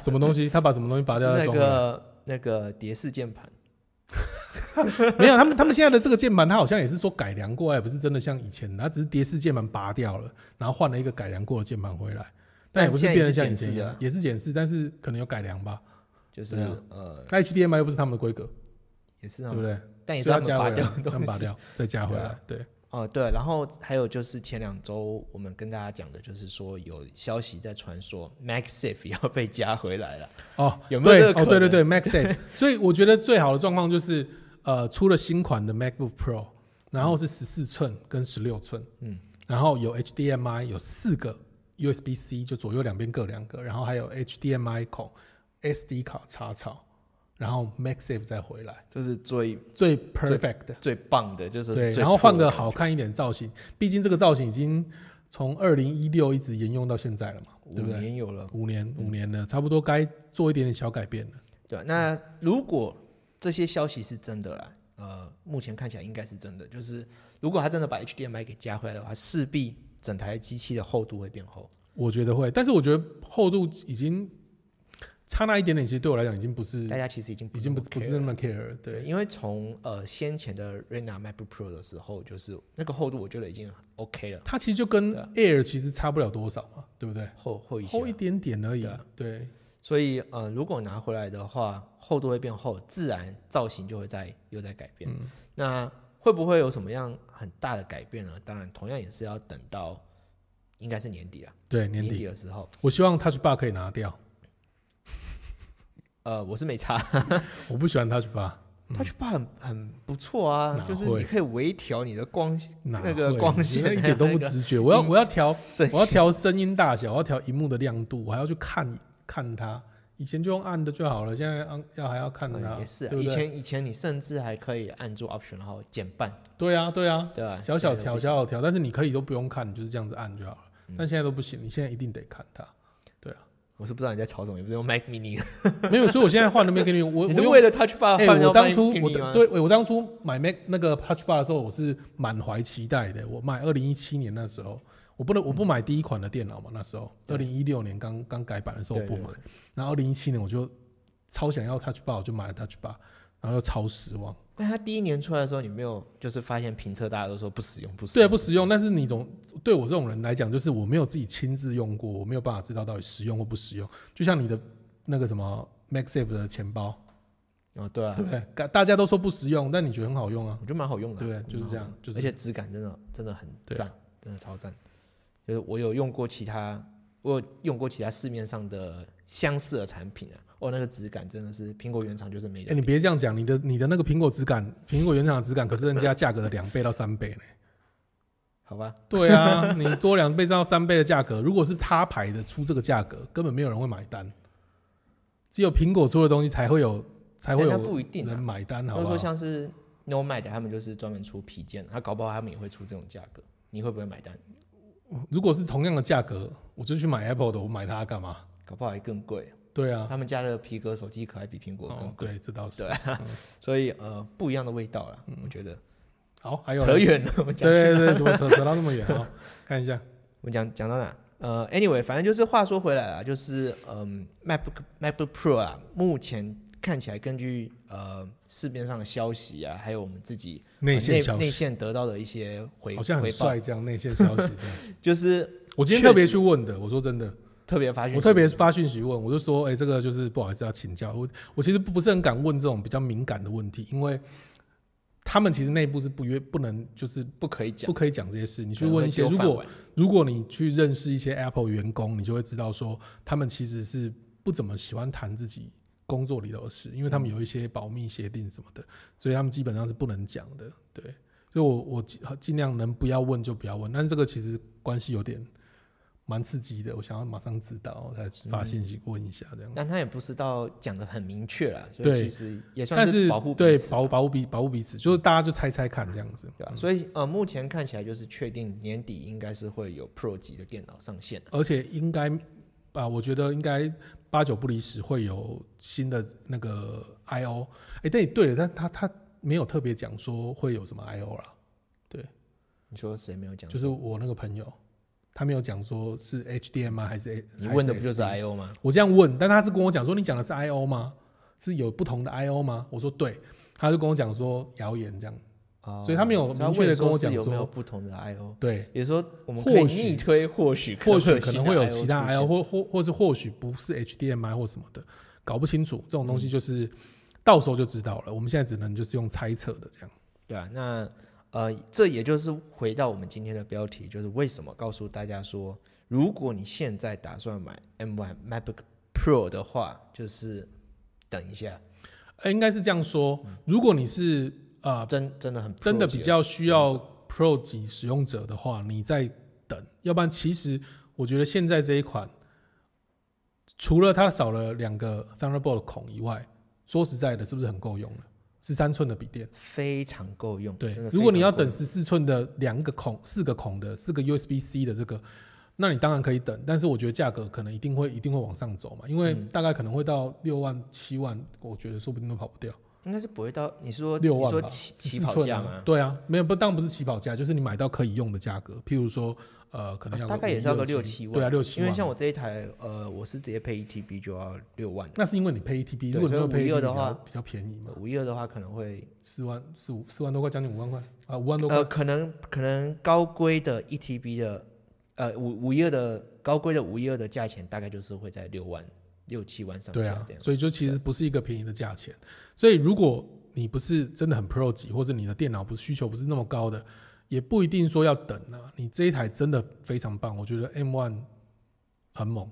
什么东西他把什么东西拔掉是再那装回来，个那个蝶式键盘， 没有，他们他们现在的这个键盘，它好像也是说改良过，也哎不是真的像以前，它只是蝶式键盘拔掉了，然后换了一个改良过的键盘回来，但也不是变得像以前一样，也是检视，但是可能有改良吧。就是对啊呃，那 HDMI 又不是他们的规格，也是对那不种，对？但也是所以他们要加拔回掉来的，他东们拔西。掉，再加回对来啊，对，哦，对，然后还有就是前两周我们跟大家讲的，就是说有消息在传说 MagSafe 要被加回来了。哦，有没有对这个哦，可对对能对，MagSafe。所以我觉得最好的状况就是，呃，出了新款的 MacBook Pro，然后是十四寸跟十六寸，嗯，然后有 HDMI，有四个 USB C，就左右两边各两个，然后还有 HDMI 孔、SD 卡插槽，然后 MagSafe 再回来，就是最最 perfect 的。最棒的，就是说是对，最然后换 pro 个的好看一点的造型，毕竟这个造型已经从二零一六一直沿用到现在了嘛，五对不对？年有了，五年，五年了，差不多该做一点点小改变了。对吧？那如果这些消息是真的啦，呃，目前看起来应该是真的。就是如果他真的把 HDMI 给加回来的话，势必整台机器的厚度会变厚。我觉得会，但是我觉得厚度已经差那一点点，其实对我来讲已经不是，大家其实已经不已经不那么不 care 是了那么 care。对，对，因为从呃先前的 Rena MacBook Pro 的时候，就是那个厚度我觉得已经很 OK 了，它其实就跟对 Air 其实差不了多少嘛，对不对？厚厚一些厚了一。点点而已对啊。对，所以呃，如果拿回来的话，厚度会变厚，自然造型就会在又在改变。嗯那会不会有什么样很大的改变呢？当然，同样也是要等到应该是年底了，对，年底，的时候。我希望 Touch Bar 可以拿掉，呃，我是没差，我不喜欢 Touch Bar，它去 u 很很不错啊嗯哪，就是会你可以微调你的光哪那个会光线那一还点有都那不个直觉。我要音我要调，声 我要调声音大小，我要调荧幕的亮度，我还要去看看它。以前就用按的就好了，现在按要还要看它，嗯也是、啊，对不以对？前以前你甚至还可以按住 option 然后减半，对啊，对啊，对吧？小小调，现在小小调，但是你可以都不用看，你就是这样子按就好了。嗯但现在都不行，你现在一定得看它。我是不知道你在吵什么，也不是用 Mac Mini，没有，所以我现在换了 Mac Mini，我 我你是用为了 Touch Bar 哎、换掉我当初 Mac 我 Mini 吗的对，我当初买 Mac 那个 Touch Bar 的时候，我是满怀期待的。我买二零一七年那时候，我不能我不买第一款的电脑嘛，那时候二嗯对零一六年刚刚改版的时候我对不对买，然后二零一七年我就超想要 Touch Bar，我就买了 Touch Bar，然后又超失望。但它第一年出来的时候，你没有就是发现评测大家都说不实用，不实对，用，不实用。但是你总对我这种人来讲，就是我没有自己亲自用过，我没有办法知道到底实用或不实用。就像你的那个什么 MagSafe 的钱包，哦，对啊对，不对？大大家都说不实用，但你觉得很好用啊我，觉得蛮好用的啊，对不对？就蛮是这好样用，的，就是而且质感真的真的很对赞，真的超赞。就是我有用过其他，我有用过其他市面上的相似的产品啊，哦，那个质感真的是苹果原厂就是没哎、的。你别这样讲，你的你的那个苹果质感，苹果原厂的质感可是人家价格的两倍到三倍呢。好吧，对啊，你多两倍到三倍的价格，如果是他牌的出这个价格，根本没有人会买单。只有苹果出的东西才会有，才会但它有不一定啊人买单，好或不者好说？像是 Nomad 他们就是专门出皮件，他搞不好他们也会出这种价格，你会不会买单？如果是同样的价格，我就去买 Apple 的，我买它干嘛？搞不好还更贵。对啊，他们家的皮革手机壳还比苹果更哦，贵，对，这倒是。啊嗯所以呃不一样的味道啦，我觉得。好，嗯还有呢扯远了， 我们对讲去对对，怎么扯扯到那么远啊？好 看一下，我们讲讲到哪？呃，anyway，反正就是话说回来啊，就是嗯，MacBook MacBook Pro 啊，目前看起来根据呃市面上的消息啊，还有我们自己呃内线消内息线得到的一些回好像回很报，帅，这样内线消息这 样。就是我今天确特别实去问的，我说真的，特别发现，我特别发讯息问，我就说，哎、这个就是不好意思要请教我，我其实不是很敢问这种比较敏感的问题，因为他们其实内部是不约不能就是不可以讲不，可以讲这些事，你你去问一些如果如果你去认识一些 Apple 员工，你就会知道说，他们其实是不怎么喜欢谈自己工作里头的事，因为他们有一些保密协定什么的，所以他们基本上是不能讲的。对，所以我我尽尽量能不要问就不要问，但这个其实关系有点蛮刺激的，我想要马上知道，我才发信息问一下这样。但他也不知道讲的很明确啦，所以对其实也算但是保护彼对此保保护彼保护彼此，就是大家就猜猜看这样子。对吧、所以呃，目前看起来就是确定年底应该是会有 Pro 级的电脑上线了。而且应该啊，我觉得应该八九不离十会有新的那个 I O。哎、对对了，但他他没有特别讲说会有什么 I O 啦，你说谁没有讲？就是我那个朋友，他没有讲说是 HDMI 还是 A, 你问的不就是 I？ I O 吗？我这样问，但他是跟我讲说你讲的是 I O 吗？是有不同的 I O 吗？我说对，他就跟我讲说谣言这样，哦所以他没有所以他明确问地说跟我讲是有没有说不同的 I O，对，也就是说我们可以或许逆推，或许或会许可能会有新的其他 I O IO 或或或是或许不是 HDMI 或什么的，搞不清楚这种东西就是到时候就知道了。我们现在只能就是用猜测的这样。对啊，那呃，这也就是回到我们今天的标题，就是为什么告诉大家说，如果你现在打算买 M1 MacBook Pro 的话，就是等一下，呃，应该是这样说，如果你是呃真真的很 Pro 真的级比较使需用要者 Pro 级使用者的话，你再等，要不然其实我觉得现在这一款，除了它少了两个 Thunderbolt 的孔以外，说实在的，是不是很够用了？十三寸的笔电，非常够用。对真的，非如果你常要够等用十四寸的两个孔、四个孔的、四个 USB C 的这个，那你当然可以等，但是我觉得价格可能一定会一定会往上走嘛，嗯因为大概可能会到六万、七万，我觉得说不定都跑不掉。应该是不会到你说六哦你万说吧，起14起跑寸价啊吗？对啊，没有不，当然不是起跑价，就是你买到可以用的价格。譬如说，呃，可能要啊个大概也是要个六七万，对啊，六七因万。为像我这一台，呃，我是直接配 ETB 就要六万，那是因为你配 ATB，对如果你没所以有52配 ATB 的比话较比较便宜嘛，五一二的话可能会，四万四五四万多块，将近五万块啊，五万多块。呃，可能可能高规的 ETB 的，呃，五五一二的高规的五一二的价钱大概就是会在六万六七万上对下啊这，样。所以就其实不是一个便宜的价钱。所以如果你不是真的很 Pro 级，或者你的电脑不是需求不是那么高的，也不一定说要等啊。你这一台真的非常棒，我觉得 M One 很猛。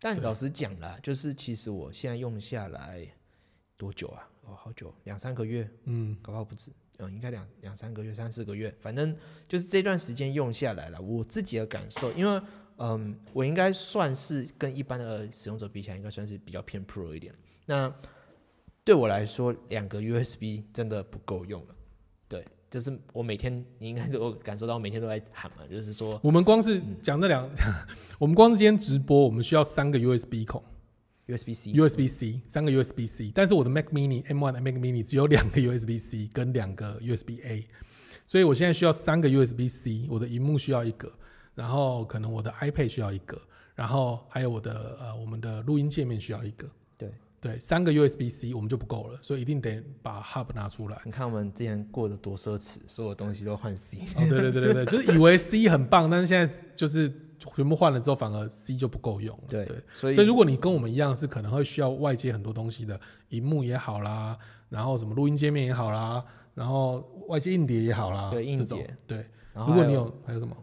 但啊老实讲啦，就是其实我现在用下来多久啊？哦，好久，两三个月，嗯，搞不好不止，嗯，应该两两三个月、三四个月，反正就是这段时间用下来了，我自己的感受，因为嗯，我应该算是跟一般的使用者比起来，应该算是比较偏 Pro 一点。那对我来说，两个 USB 真的不够用了。对，就是我每天，你应该都有感受到，我每天都在喊嘛，就是说我们光是讲这两， 我们光是今天直播，我们需要三个 USB 孔 USB C， ，USB C 三个 USB C，但是我的 Mac Mini M1 Mac Mini 只有两个 USB C 跟两个 USB A，所以我现在需要三个 USB C，我的荧幕需要一个，然后可能我的 iPad 需要一个，然后还有我的呃我们的录音界面需要一个，对。对，三个 USB C 我们就不够了，所以一定得把 Hub 拿出来。你看我们之前过得多奢侈，所有东西都换 C。哦，对对对对对，就是以为 C 很棒，但是现在就是全部换了之后，反而 C 就不够用了。对对，所以所以如果你跟我们一样，是可能会需要外接很多东西的，荧幕也好啦，然后什么录音界面也好啦，然后外接硬碟也好啦，对硬碟这种对。然后如果还你有还有什么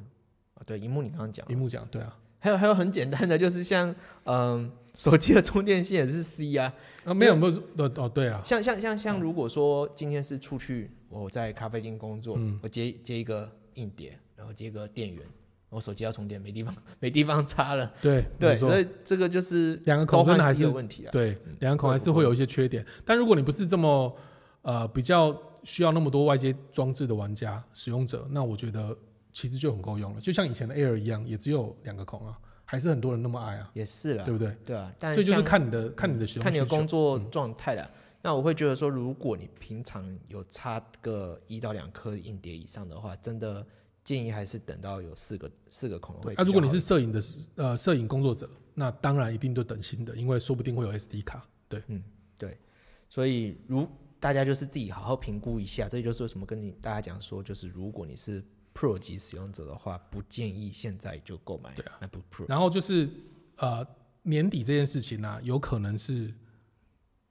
啊对荧幕，你刚刚讲了荧幕讲，对啊，还有还有很简单的，就是像嗯、手机的充电线也是 C 啊，啊没有没有哦哦对啦，像像像嗯像如果说今天是出去，我在咖啡厅工作，嗯我接接一个硬碟，然后接一个电源，我手机要充电没地方没地方插了，对对，没错所以这个就是两个都孔真的换还 C 是的问题啊。对嗯，两个孔还是会有一些缺点。但如果你不是这么呃比较需要那么多外接装置的玩家使用者，那我觉得其实就很够用了。就像以前的 Air 一样，也只有两个孔啊，还是很多人那么爱啊，也是啦，对不对？对啊，但所以就是像看你的看你的使用看你的需求嗯工作状态了。那我会觉得说，如果你平常有插个一到两颗硬碟以上的话，真的建议还是等到有四个四个孔会比较好。那、啊如果你是摄影的呃摄影工作者，那当然一定就等新的，因为说不定会有 SD 卡。对，所以如大家就是自己好好评估一下，这就是为什么跟你大家讲说，就是如果你是 Pro 级使用者的话，不建议现在就购买对啊 MacBook Pro。然后就是呃年底这件事情呢、有可能是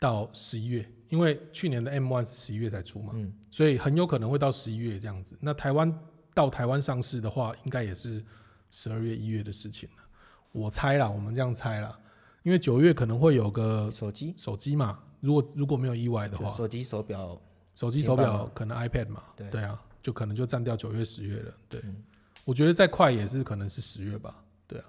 到十一月，因为去年的 M One 是十一月才出嘛，嗯所以很有可能会到十一月这样子。那台湾到台湾上市的话，应该也是十二月一月的事情了，我猜啦，我们这样猜啦，因为九月可能会有个手机、手机嘛，如果如果没有意呃外的话，手机、手表，手机、手表可能 iPad 嘛，对啊，就可能就占掉九月、十月了。对，我觉得再快也是可能是十月吧。对啊，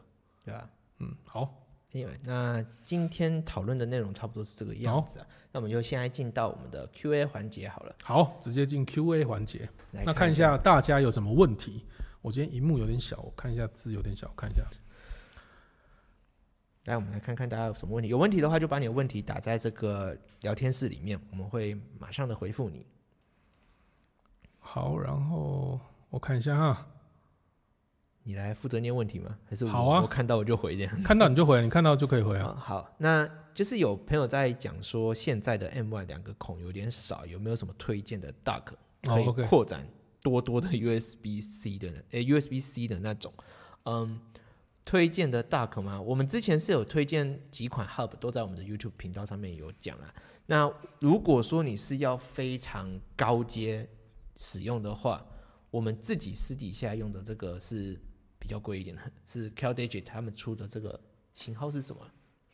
对吧、嗯，好， Anyway，那今天讨论的内容差不多是这个样子啊。那我们就现在进到我们的 Q&A 环节好了，好，直接进 Q&A 环节。来那看一下大家有什么问题。我今天荧幕有点小，我看一下字有点小，我看一下。来，我们来看看大家有什么问题。有问题的话，就把你的问题打在这个聊天室里面，我们会马上的回复你。好，然后我看一下哈。你来负责念问题吗？还是我好啊我看到我就回这样？看到你就回，你看到就可以回啊。啊，好，那就是有朋友在讲说，现在的 M one 两个孔有点少，有没有什么推荐的 dock 哦可以，OK 扩展多多的 USB C 的呢？诶、u s b C 的那种，嗯，推荐的 dock 吗？我们之前是有推荐几款 hub，都在我们的 YouTube 频道上面有讲啦。那如果说你是要非常高阶使用的话，我们自己私底下用的这个是比较贵一点的，是 CalDigit 他们出的这个型号是什么？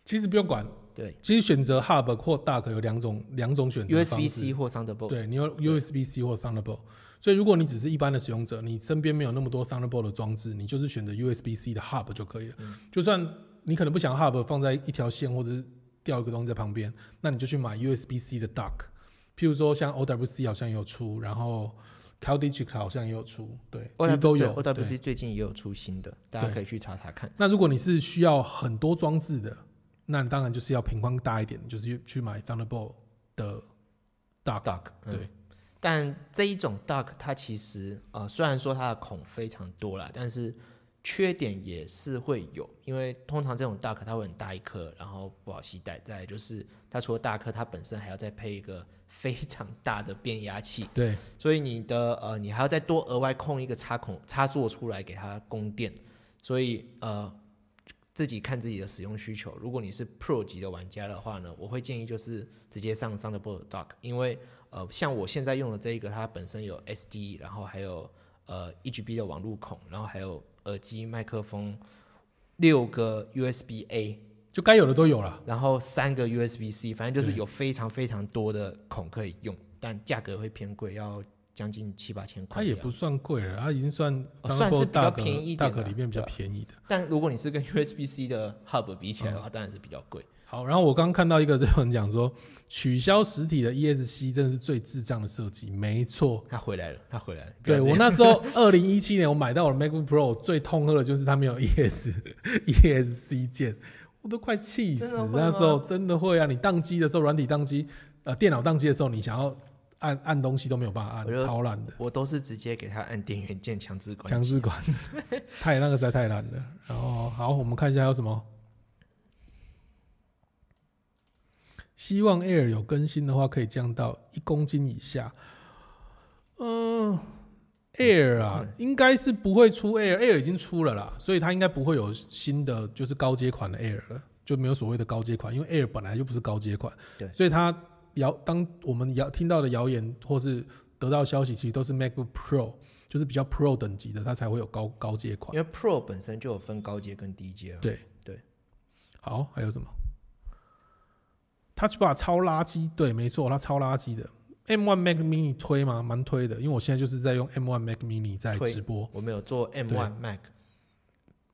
其实不用管，对。其实选择 Hub 或 Dock 有两种两种选择方 USB 式。 C 或 Thunderbolt，对你有 USB C 或 Thunderbolt，所以如果你只是一般的使用者，你身边没有那么多 Thunderbolt 的装置，你就是选择 USB C 的 Hub 就可以了。就算你可能不想 Hub 放在一条线或者是掉一个东西在旁边，那你就去买 USB C 的 Dock。譬如说像 OWC 好像也有出，然后 CalDigit 好像也有出，对，其实都有。对 OWC 最近也有出新的，大家可以去查查看。那如果你是需要很多装置的，那你当然就是要频宽大一点，你就是去买 Thunderbolt 的 dock。 Dock，嗯对，但这一种 Dock 它其实呃，虽然说它的孔非常多啦，但是缺点也是会有，因为通常这种 Dock 它会很大一颗，然后不好携带。再来就是它除了大颗，它本身还要再配一个非常大的变压器，对，所以你的呃，你还要再多额外空一个插孔插座出来给它供电，所以呃，自己看自己的使用需求。如果你是 Pro 级的玩家的话呢，我会建议就是直接上 Thunderbolt Dock，因为呃，像我现在用的这一个，它本身有 SD，然后还有呃 1GB 的网路孔，然后还有耳机、麦克风，六个 USB A，就该有的都有了。然后三个 USB C，反正就是有非常非常多的孔可以用，但价格会偏贵，要将近七八千块它这也样。不算贵了，它已经算哦算是 Thunderbolt 比较 dock 便宜一点 dock 的里面比较对啊便宜的。但如果你是跟 USB C 的 Hub 比起来的嗯话，当然是比较贵。好，然后我刚刚看到一个这文讲说，取消实体的 ESC 真的是最智障的设计，没错。他回来了，他回来了。不要这对样我那时候二零一七年我买到我的 MacBook Pro 最痛恨的就是它没有 E ES ESC 键，我都快气死真的。会吗那时候真的会啊，你宕机的时候，软体宕机，呃，电脑宕机的时候，你想要按按东西都没有办法我按，就超烂的，我都是直接给他按电源键强制关啊强机。制管， 太那个实在太烂了。然后好，我们看一下还有什么。希望 Air 有更新的话，可以降到一公斤以下。嗯，Air 啊，应该是不会出 Air，Air 已经出了啦，所以它应该不会有新的就是高阶款的 Air 了，就没有所谓的高阶款，因为 Air 本来就不是高阶款，对所以它谣当我们谣听到的谣言或是得到消息，其实都是 MacBook Pro，就是比较 Pro 等级的，它才会有高高阶款。因为 Pro 本身就有分高阶跟低阶啊。对对。好，还有什么？Touch Bar 超垃圾，对，没错，它超垃圾的。M1 Mac Mini 推吗？蛮推的，因为我现在就是在用 M1 Mac Mini 在推直播我们有做 M1 Mac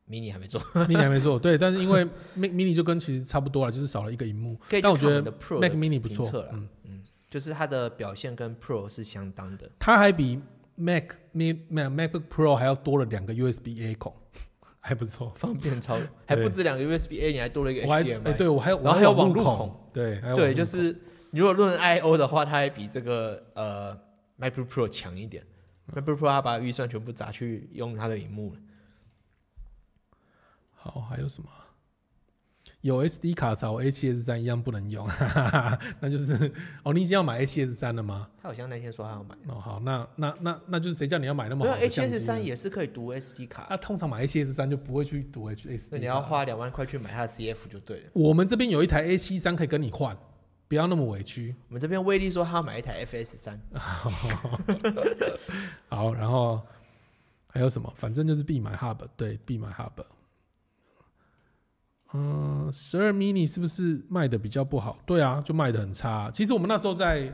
Mini 还没 做， ，Mini 还没做，对，但是因为 Mac Mini 就跟其实差不多了，就是少了一个荧幕。可以去但我看觉我得们的 Pro 的 Mac Mini 不错评测，啦嗯，就是它的表现跟 Pro 是相当的。它还比 Mac Mini Mac MacBook Pro 还要多了两个 USB A 孔，还不错。方便 超，还不止两个 USB A，你还多了一个我还 HDMI。哎，对我还有然后我还有网网路孔，对，还有网对，路就孔是你如果论 I O 的话，它还比这个呃 MacBook Pro 强一点。MacBook 嗯 Pro 它把预算全部砸去用它的荧幕了。好，还有什么？有 SD 卡槽 A 7 S 三一样不能用， 哈哈哈，那就是哦，你已经要买 A 7 S 三了吗？他好像那天说他要买，哦，好，那那那那就是谁叫你要买那么没有好的啊 H 相 S 机呢？三也是可以读 S D 卡，那、通常买 A 7 S 三就不会去读 H 那 SD。你要花两万块去买它的 C F 就对了。我们这边有一台 A 7三可以跟你换，不要那么委屈。我们这边威力说他要买一台 F S 三，嗯好，然后还有什么？反正就是必买 Hub，对，必买 Hub。嗯，十二 mini 是不是卖的比较不好？对啊，就卖的很差啊、其实我们那时候在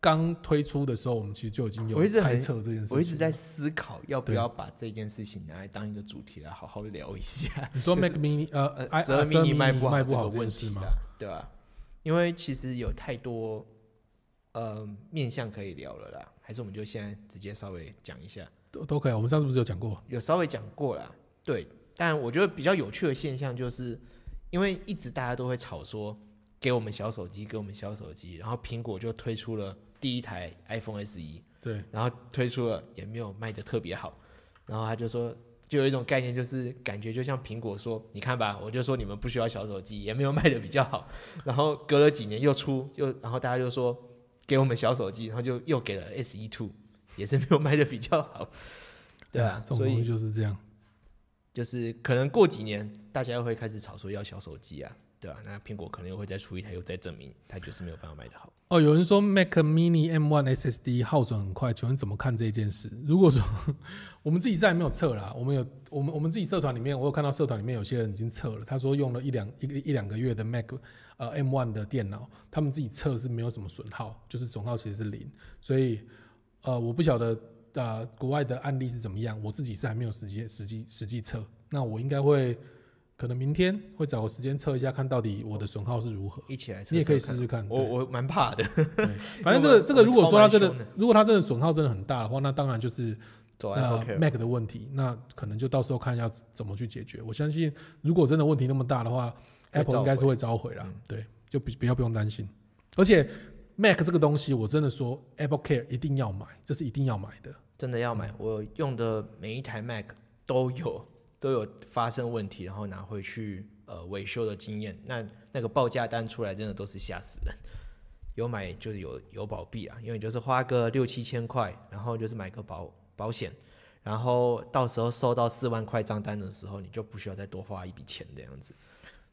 刚推出的时候，我们其实就已经有我一直猜很测这件事情。我一直在思考要不对要把这件事情拿来当一个主题来好好聊一下。你说 Mac mini 呃呃，十二 mini mini 卖不卖好不这好个这件问事题吗？啦，对吧、因为其实有太多呃面向可以聊了啦，还是我们就现在直接稍微讲一下，都都可以啊。我们上次不是有讲过？有稍微讲过啦，对。但我觉得比较有趣的现象就是，因为一直大家都会吵说给我们小手机，给我们小手机，然后苹果就推出了第一台 iPhone S 一，对，然后推出了也没有卖的特别好，然后他就说。就有一种概念，就是感觉就像苹果说，你看吧，我就说你们不需要小手机，也没有卖的比较好。 然后隔了几年又出，又然后大家就说给我们小手机，然后就又给了 S E Two，也是没有卖的比较 好。对啊，哎这种所东西以就是这样。就是可能过几年大家又会开始吵说要小手机啊，对吧、那苹果可能又会再出一台，又再证明它就是没有办法卖的好。哦，有人说 Mac Mini M1 SSD 耗损很快，请问怎么看这件事？如果说 我们自己在没有测啦，我们有我们我们自己社团里面，我有看到社团里面有些人已经测了，他说用了一两一个一两个月的 Mac 呃 M1 的电脑，他们自己测是没有什么损耗，就是损耗其实是零，所以呃我不晓得呃国外的案例是怎么样，我自己是还没有实际实际实际测，那我应该会可能明天会找个时间测一下，看到底我的损耗是如何，一起来测测看，你也可以试试看。我对我蛮怕的， 反正这个这个，我们如果说它真我们超蛮的，如果它真的损耗真的很大的话，那当然就是走啊呃 OK， Mac 的问题，那可能就到时候看要怎么去解决。我相信，如果真的问题那么大的话会召回，Apple 嗯应该是会召回啦。对，就比比较不用担心。而且 Mac 这个东西，我真的说 Apple Care 一定要买，这是一定要买的。真的要买，我用的每一台 Mac 都有 都有发生问题，然后拿回去呃维修的经验。那那个报价单出来，真的都是吓死人。 有买就是有有保庇啊，因为就是花个六七千块，然后就是买个保保险，然后到时候收到四万块账单的时候，你就不需要再多花一笔钱这样子。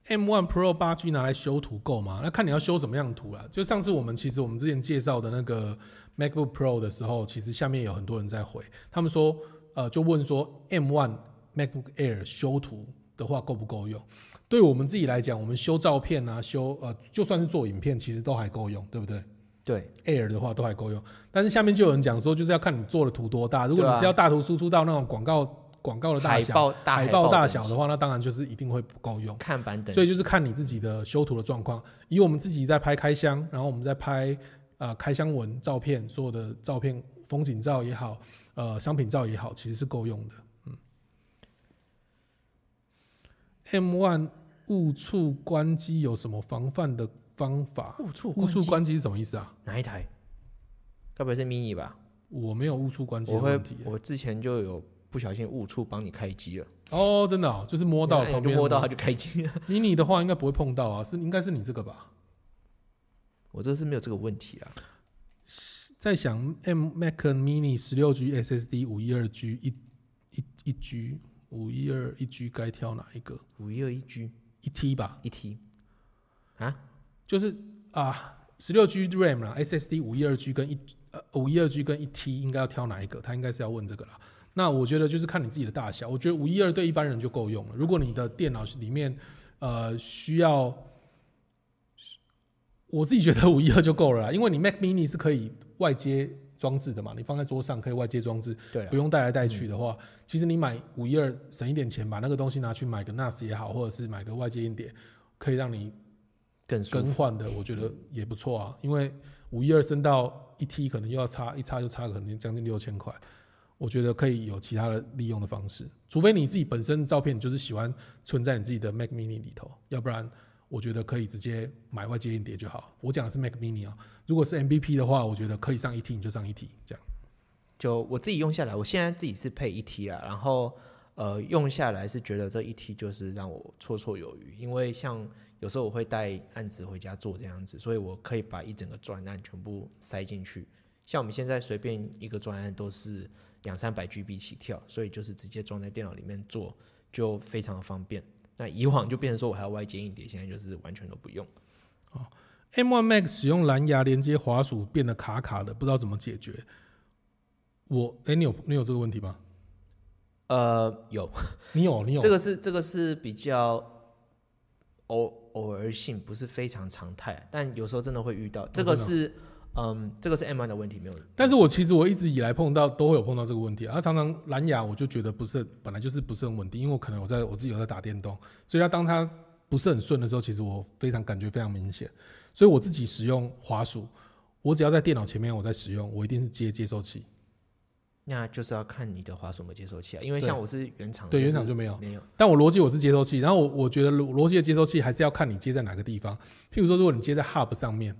M1 Pro 八 G 拿来修图够吗？那看你要修什么样的图啦。就上次我们其实我们之前介绍的那个 MacBook Pro 的时候，其实下面有很多人在回，他们说，呃，就问说 M1 MacBook Air 修图的话够不够用？对我们自己来讲，我们修照片啊，修呃，就算是做影片，其实都还够用，对不对对， ？Air 的话都还够用，但是下面就有人讲说，就是要看你做的图多大。如果对你啊是要大图输出到那种广告广告的大海小、报大海报报大等小级的话，那当然就是一定会不够用。看板等级，所以就是看你自己的修图的状况。以我们自己在拍开箱，然后我们在拍呃开箱文照片，所有的照片、风景照也好，呃商品照也好，其实是够用的。嗯。M one 误触关机有什么防范的方法？误触误触机关机是什么意思啊？哪一台？该不会是 mini 吧？我没有误触关机的我会问题，耶。我之前就有不小心误触帮你开机了，哦，真的、哦，就是摸到那你 旁就边，摸到它。就开机了。 mini 的话应该不会碰到啊，是应该是你这个吧？我这是没有这个问题啊，在想 M Mac Mini 十六 G SSD 五一二 G 一一一 G 五一二一 G 该挑哪一个？五一二一 G 一 T 吧，一 T 就是啊，十六 G RAM 啦，SSD 五一二 G 跟一呃五一二 G 跟一 T 应该要挑哪一个？他应该是要问这个啦。那我觉得就是看你自己的大小，我觉得五一二对一般人就够用了。如果你的电脑里面呃需要，我自己觉得五一二就够了啦，因为你 Mac Mini 是可以外接装置的嘛，你放在桌上可以外接装置，对啊不用带来带去的话，其实你买五一二省一点钱，把那个东西拿去买个 NAS 也好，或者是买个外接硬碟，可以让你更舒更服。换的，我觉得也不错啊。因为五一二升到一 T，可能又要差一差就差可能将近六千块，我觉得可以有其他的利用的方式。除非你自己本身的照片你就是喜欢存在你自己的 Mac Mini 里头，要不然我觉得可以直接买外接硬碟就好。我讲的是 Mac Mini 啊，如果是 MVP 的话，我觉得可以上一 T 你就上一 T 这样。就我自己用下来，我现在自己是配一 T 啊，然后呃用下来是觉得这一 T 就是让我绰绰有余，因为像有时候我会带案子回家做这样子，所以我可以把一整个专案全部塞进去。像我们现在随便一个专案都是两三百 GB 起跳，所以就是直接装在电脑里面做，就非常的方便。那以往就变成说我还要外接硬碟，现在就是完全都不用。 M1 Max 使用蓝牙连接滑鼠变得卡卡的，不知道怎么解决。我哎、你有你有这个问题吗？呃，有你有你有这个是这个是比较偶偶尔性，不是非常常态，啊但有时候真的会遇到。这个哦真的啊是、嗯，这个是 M1 的问题，没有。但是我其实我一直以来碰到都会有碰到这个问题啊，它常常蓝牙我就觉得不是很本来就是不是很稳定，因为我可能我在我自己有在打电动，所以它当它不是很顺的时候，其实我非常感觉非常明显，所以我自己使用滑鼠，我只要在电脑前面我在使用，我一定是接接收器，那就是要看你的滑鼠有没有接收器啊，因为对像我是原厂的，对，就原是厂就没有。没有。但我逻辑我是接收器，然后我我觉得逻逻辑的接收器还是要看你接在哪个地方。譬如说，如果你接在 Hub 上面，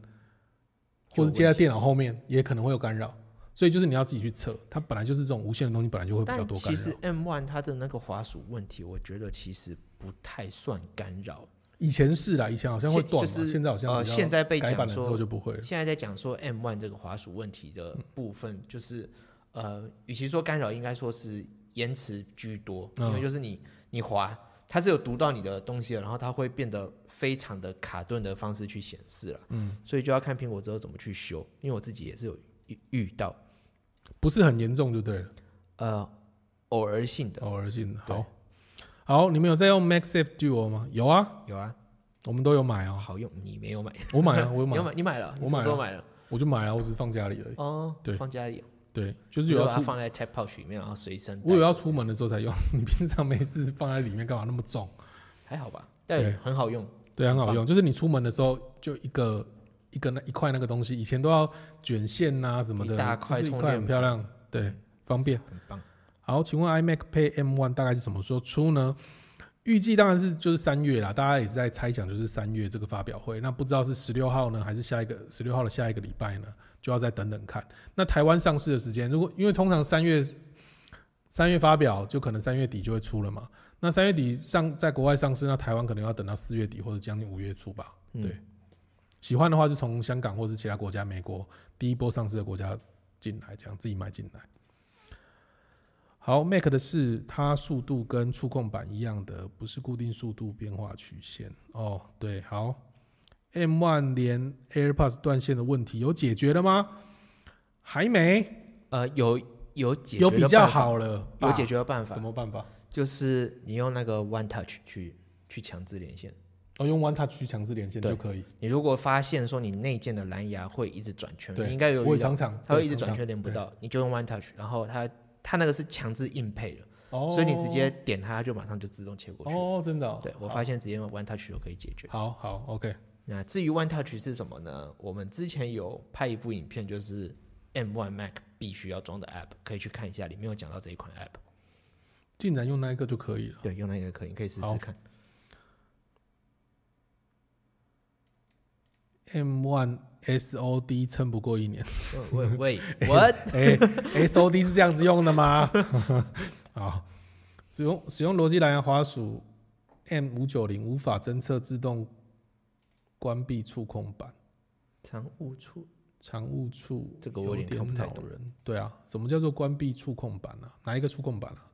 就有或者问题接在电脑后面，也可能会有干扰。所以就是你要自己去测，它本来就是这种无线的东西，本来就会比较但多干其扰实。M One 它的那个滑鼠问题，我觉得其实不太算干扰。以前是啦，以前好像会现断就嘛，是现在好像呃比较现在被改讲版了之说后就不会了。现在在讲说 M One 这个滑鼠问题的嗯部分，就是呃，与其说干扰，应该说是延迟居多，嗯因为就是你你滑，它是有读到你的东西了，然后它会变得非常的卡顿的方式去显示了，嗯，所以就要看苹果之后怎么去修，因为我自己也是有遇遇到不是很严重就对了，呃偶尔性的，偶尔性的。对好，好，你们有在用 MagSafe Duo 吗？有啊，有啊，我们都有买啊，好用，你没有买，我买啊，我有你买有啊，买，你买了，你我买什么时候买了，我就买了，啊我只是放家里而已。哦，对放家里，对，就就是有把要它出，放在 tap pouch 里面，然后随身带着，我有要啊出门的时候才用。你平常没事放在里面干嘛那么重？还好吧，但对很好用，对，很好用，就是你出门的时候就一个一个那一块那个东西，以前都要卷线呐、什么的，一大块就是一充块电很漂亮，对，方便。很棒。好，请问 iMac Pay M1 大概是什么时候出呢？预计当然是就是三月啦，大家也是在猜想就是三月这个发表会。那不知道是十六号呢，还是下一个十六号的下一个礼拜呢，就要再等等看。那台湾上市的时间，如果因为通常三月三月发表，就可能三月底就会出了嘛。那三月底上在国外上市，那台湾可能要等到四月底或者将近五月初吧。嗯对，喜欢的话就从香港或是其他国家，美国第一波上市的国家进来，这样自己买进来。好，Mac 的是它速度跟触控板一样的，不是固定速度变化曲线。哦，对，好。M1 连 AirPods 断线的问题有解决了吗？还没，呃，有有解决有的比较办法，好了，有解决的办吧？法什，么办法？就是你用那个 One Touch 去去强制连线。哦，用 One Touch 去强制连线对就可以。你如果发现说你内建的蓝牙会一直转圈，对你应该有遇我也到，常常，它会对一直常转常圈连不到，你就用 One Touch，然后它它那个是强制硬配的，哦，所以你直接点它它就马上就自动切过去。哦，真的哦、对我发现直接用 One Touch 就可以解决。好好 OK，那至于 One Touch 是什么呢？我们之前有拍一部影片，就是 M1 Mac 必须要装的 App，可以去看一下，里面有讲到这一款 App。竟然用那一个就可以了。对，用那个可以，你可以试好试看。 M1 SOD 撑不过一年，喂喂喂，what？ 哎、s o d 是这样子用的吗？ 好，使用使用逻辑蓝牙滑鼠 M 五九零无法侦测自动关闭触控板，常误触，常误触这个我有点看点不太恼懂人。对啊，什么叫做关闭触控板啊？哪一个触控板啊？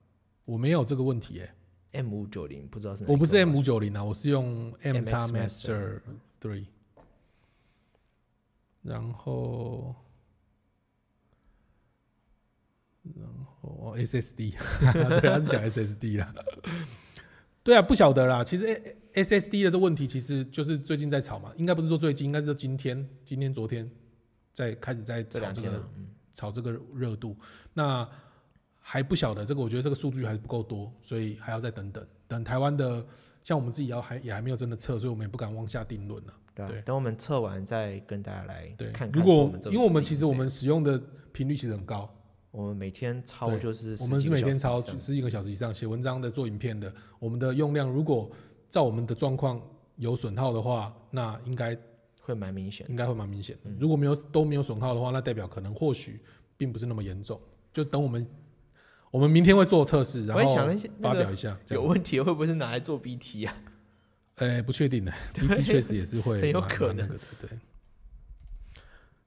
我没有这个问题耶、哎 M 五九零不知道是哪一个我不是 M 吗五九零啊，我是用 M MX 叉 Master Master Three，然后然后哦 SSD，对， 他是讲 SSD 啦。对啊，不晓得啦。其实 A- SSD 的这问题，其实就是最近在吵嘛，应该不是说最近，应该是今天、今天、昨天在开始在这吵两这天个啊，嗯，炒这个热度。那还不晓得这个，我觉得这个数据还不够多，所以还要再等等。等台湾的，像我们自己要还也还没有真的测，所以我们也不敢往下定论了、对啊对等我们测完再跟大家来对，看看如说果们这因为我们自己其实我们怎使用的频率其实很高，样我们每天超对就是我十们几是个每小天时啊超以上十几个小时以上，写文章的、做影片的，我们的用量如果照我们的状况有损耗的话，那应该会蛮明显的。应该会蛮明显的。嗯如果没有都没有损耗的话，那代表可能或许并不是那么严重。就等我们，我们明天会做测试，然我也想了后一些那发表个一下。这有样，问题会不会是拿来做 BT 啊？呃、不确定呢，T T 确实也 是会很有蛮可能蛮那个的。对，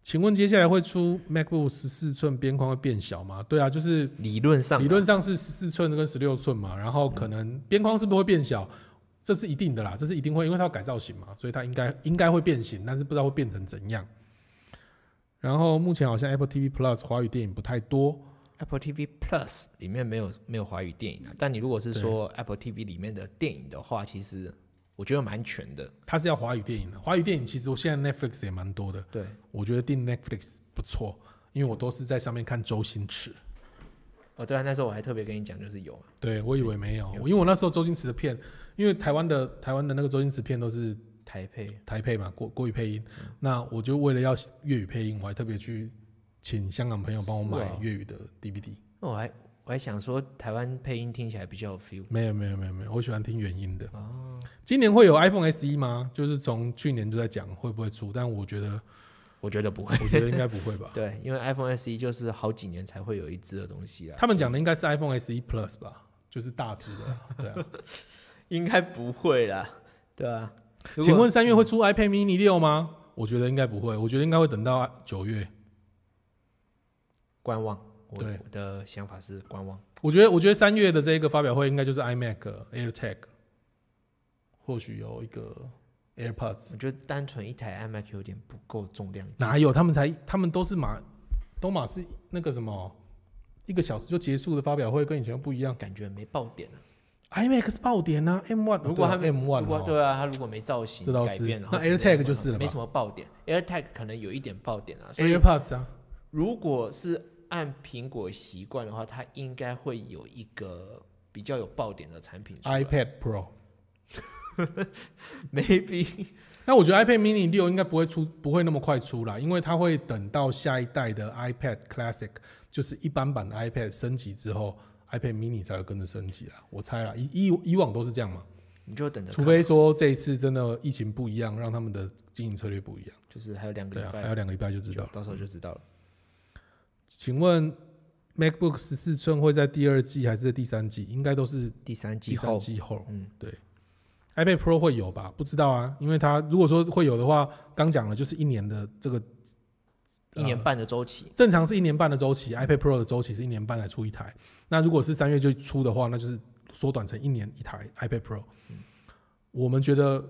请问接下来会出 MacBook 十四寸边框会变小吗？对啊，就是理论上啊，理论上是十四寸跟十六寸嘛，然后可能边框是不是会变小？这是一定的啦，这是一定会，因为它要改造型嘛，所以它应该应该会变形，但是不知道会变成怎样。然后目前好像 Apple TV Plus 华语电影不太多， Apple TV Plus 里面没有没有华语电影啊，但你如果是说 Apple TV 里面的电影的话，其实我觉得蛮全的。它是要华语电影的。华语电影其实我现在 Netflix 也蛮多的，对，我觉得订 Netflix 不错，因为我都是在上面看周星驰。哦对啊，那时候我还特别跟你讲，就是有嘛，对，我以为没有，因为我那时候周星驰的片，因为台湾的台湾的那个周星驰片都是台配台配嘛，国国语配音。那我就为了要粤语配音，我还特别去请香港朋友帮我是买哦粤语的 DVD。那我还我还想说，台湾配音听起来比较有 feel 没有没有没有没有，我喜欢听原音的。哦。今年会有 iPhone SE 吗？就是从去年就在讲会不会出，但我觉得我觉得不会。。我觉得应该不会吧对，因为 iPhone SE 就是好几年才会有一支的东西啦。啊他们讲的应该是 iPhone SE Plus 吧，就是大只的啦，对啊。应该不会啦，对啊。如果请问三月会出 iPad mini 六吗？我觉得应该不会，我觉得应该会等到九月。观望，我对我的想法是观望。我觉得，我觉得三月的这个发表会应该就是 iMac、AirTag，或许有一个 AirPods，我觉得单纯一台 iMac 有点不够重量级。哪有？他们才，他们都是马，都马是那个什么，一个小时就结束的发表会，跟以前又不一样。感觉没爆点啊！ iMac 是爆点啊，M One，如果他没 M 如果 One，哦对啊，他如果没造型这倒改是变，然后那只是 AirTag M1 就是了吧没什么爆点，AirTag 可能有一点爆点啊。所以 AirPods 啊，如果是按苹果习惯的话，它应该会有一个比较有爆点的产品出来。 iPad Pro。 maybe 那我觉得 iPad mini 六应该不会出，不会那么快出啦，因为它会等到下一代的 iPad Classic，就是一般版的 iPad 升级之后，iPad mini 才会跟着升级啦。我猜啦，以以以往都是这样嘛，你就等着看，除非说这一次真的疫情不一样，让他们的经营策略不一样。就是还有两个对礼啊，拜，还有两个礼拜就知道就了。到时候就知道了。请问 MacBook 十四寸会在第二季还是在第三季？应该都是第三第季三后，季后。嗯，对。iPad Pro 会有吧？不知道啊，因为它如果说会有的话，刚讲了就是一年的这个啊一年半的周期，正常是一年半的周期，iPad Pro 的周期是一年半才出一台。那如果是三月就出的话，那就是缩短成一年一台 iPad Pro。我们觉得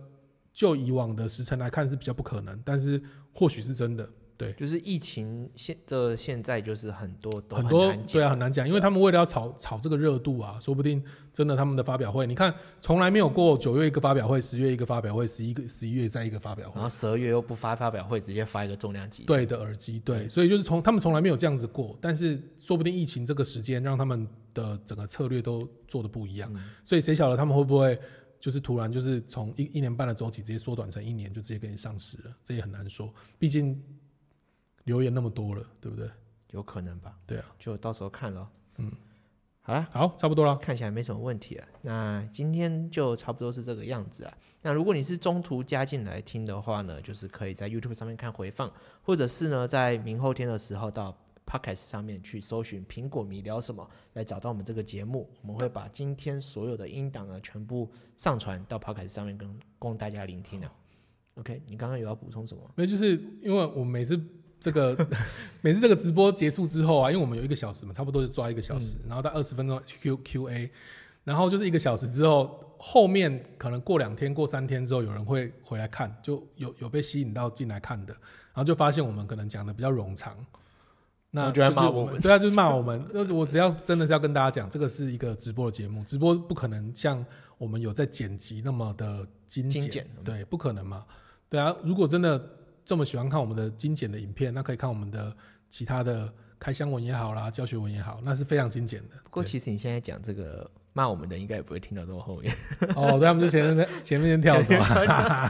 就以往的时程来看是比较不可能，但是或许是真的。对，就是疫情现这现在就是很多都很多难对啊讲，很难讲，因为他们为了要炒炒这个热度啊，说不定真的他们的发表会，你看从来没有过九月一个发表会，十月一个发表会，十一个十一月再一个发表会然。后十二月又不发发表会，直接发一个重量级。对的耳机，对，所以就是从他们从来没有这样子过，但是说不定疫情这个时间让他们的整个策略都做的不一样，所以谁晓得他们会不会就是突然就是从一一年半的周期直接缩短成一年，就直接给你上市了，这也很难说，毕竟留言那么多了，对不对？有可能吧，对啊，就到时候看咯。嗯，好啦，好，差不多了。看起来没什么问题了。那今天就差不多是这个样子啊。那如果你是中途加进来听的话呢，就是可以在 YouTube 上面看回放，或者是呢在明后天的时候到 Podcast 上面去搜寻“苹果迷聊什么”来找到我们这个节目。我们会把今天所有的音档呢全部上传到 Podcast 上面跟供大家聆听啊。OK，你刚刚有要补充什么？没有，就是因为我每次这个 每次这个直播结束之后啊，因为我们有一个小时嘛，差不多就抓一个小时，嗯然后到二十分钟 Q Q A，然后就是一个小时之后，后面可能过两天、过三天之后，有人会回来看，就有有被吸引到进来看的，然后就发现我们可能讲的比较冗长。然那后就来是骂我我们，对啊，就是骂我们。那我只要真的是要跟大家讲，这个是一个直播的节目，直播不可能像我们有在剪辑那么的精精简简嗯对，不可能嘛。对啊，如果真的这么喜欢看我们的精简的影片，那可以看我们的其他的开箱文也好啦，教学文也好，那是非常精简的。不过对其实你现在讲这个骂我们的，应该也不会听到那么后 面，哦，对，他们就前面前面先跳是吧？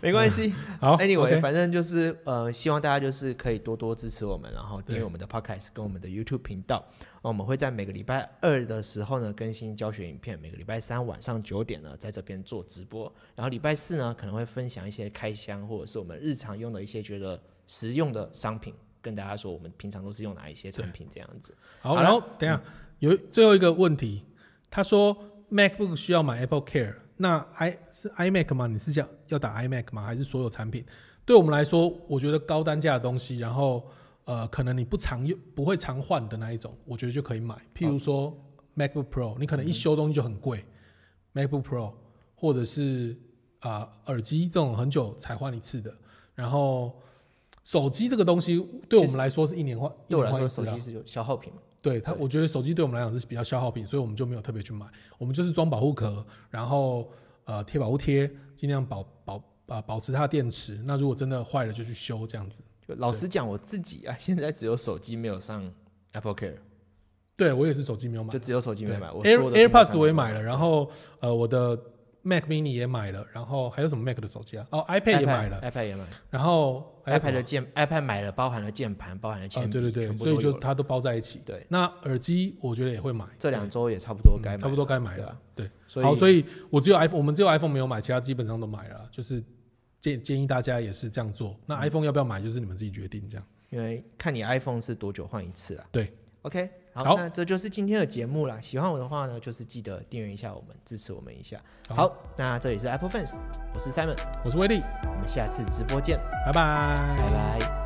没关系。好 Anyway，、 OK 反正就是呃，希望大家就是可以多多支持我们，然后订阅对我们的 Podcast 跟我们的 YouTube 频道。那我们会在每个礼拜二的时候呢更新教学影片，每个礼拜三晚上九点呢在这边做直播，然后礼拜四呢可能会分享一些开箱或者是我们日常用的一些觉得实用的商品，跟大家说我们平常都是用哪一些产品这样子。好，好嗯了然后等一下有最后一个问题，他说 MacBook 需要买 Apple Care，那 i 是 iMac 吗？你是想要打 iMac 吗？还是所有产品？对我们来说，我觉得高单价的东西，然后呃，可能你不常用、不会常换的那一种，我觉得就可以买。譬如说 MacBook Pro，你可嗯能一修东西就很贵、m a c b o o k Pro，或者是啊、耳机这种很久才换一次的，然后。手机这个东西对我们来说是一年换，一对我来年换一说，次啊手啦机是有消耗品嘛，对它，我觉得手机对我们来讲是比较消耗品，所以我们就没有特别去买，我们就是装保护壳，然后呃贴保护贴，尽量保保啊、保持它的电池。那如果真的坏了就去修这样子。就老实讲，我自己啊，现在只有手机没有上 Apple Care，对我也是手机没有买就，只有手机没对买。我 Air 说的平常 AirPods 我也买了，然后呃我的 Mac Mini 也买了，然后还有什么 Mac 的手机啊？哦 iPad 也买了， ，iPad 也买了然后还有什么，iPad 的键 iPad 买了，包含了键盘，包含了啊铅笔，对对全对，部所以都就有了它都包在一起。对，那耳机我觉得也会买，这两周也差不多该买了，嗯差不多该买对了啊。对。所以好，所以我只有 iPhone，我们只有 iPhone 没有买，其他基本上都买了啦，就是建建议大家也是这样做。嗯那 iPhone 要不要买，就是你们自己决定这样。因为看你 iPhone 是多久换一次啦。对，OK，好，好那这就是今天的节目啦。喜欢我的话呢，就是记得订阅一下我们，支持我们一下。好好，那这里是 Apple Fans，我是 Simon，我是威力，我们下次直播见，拜拜拜拜。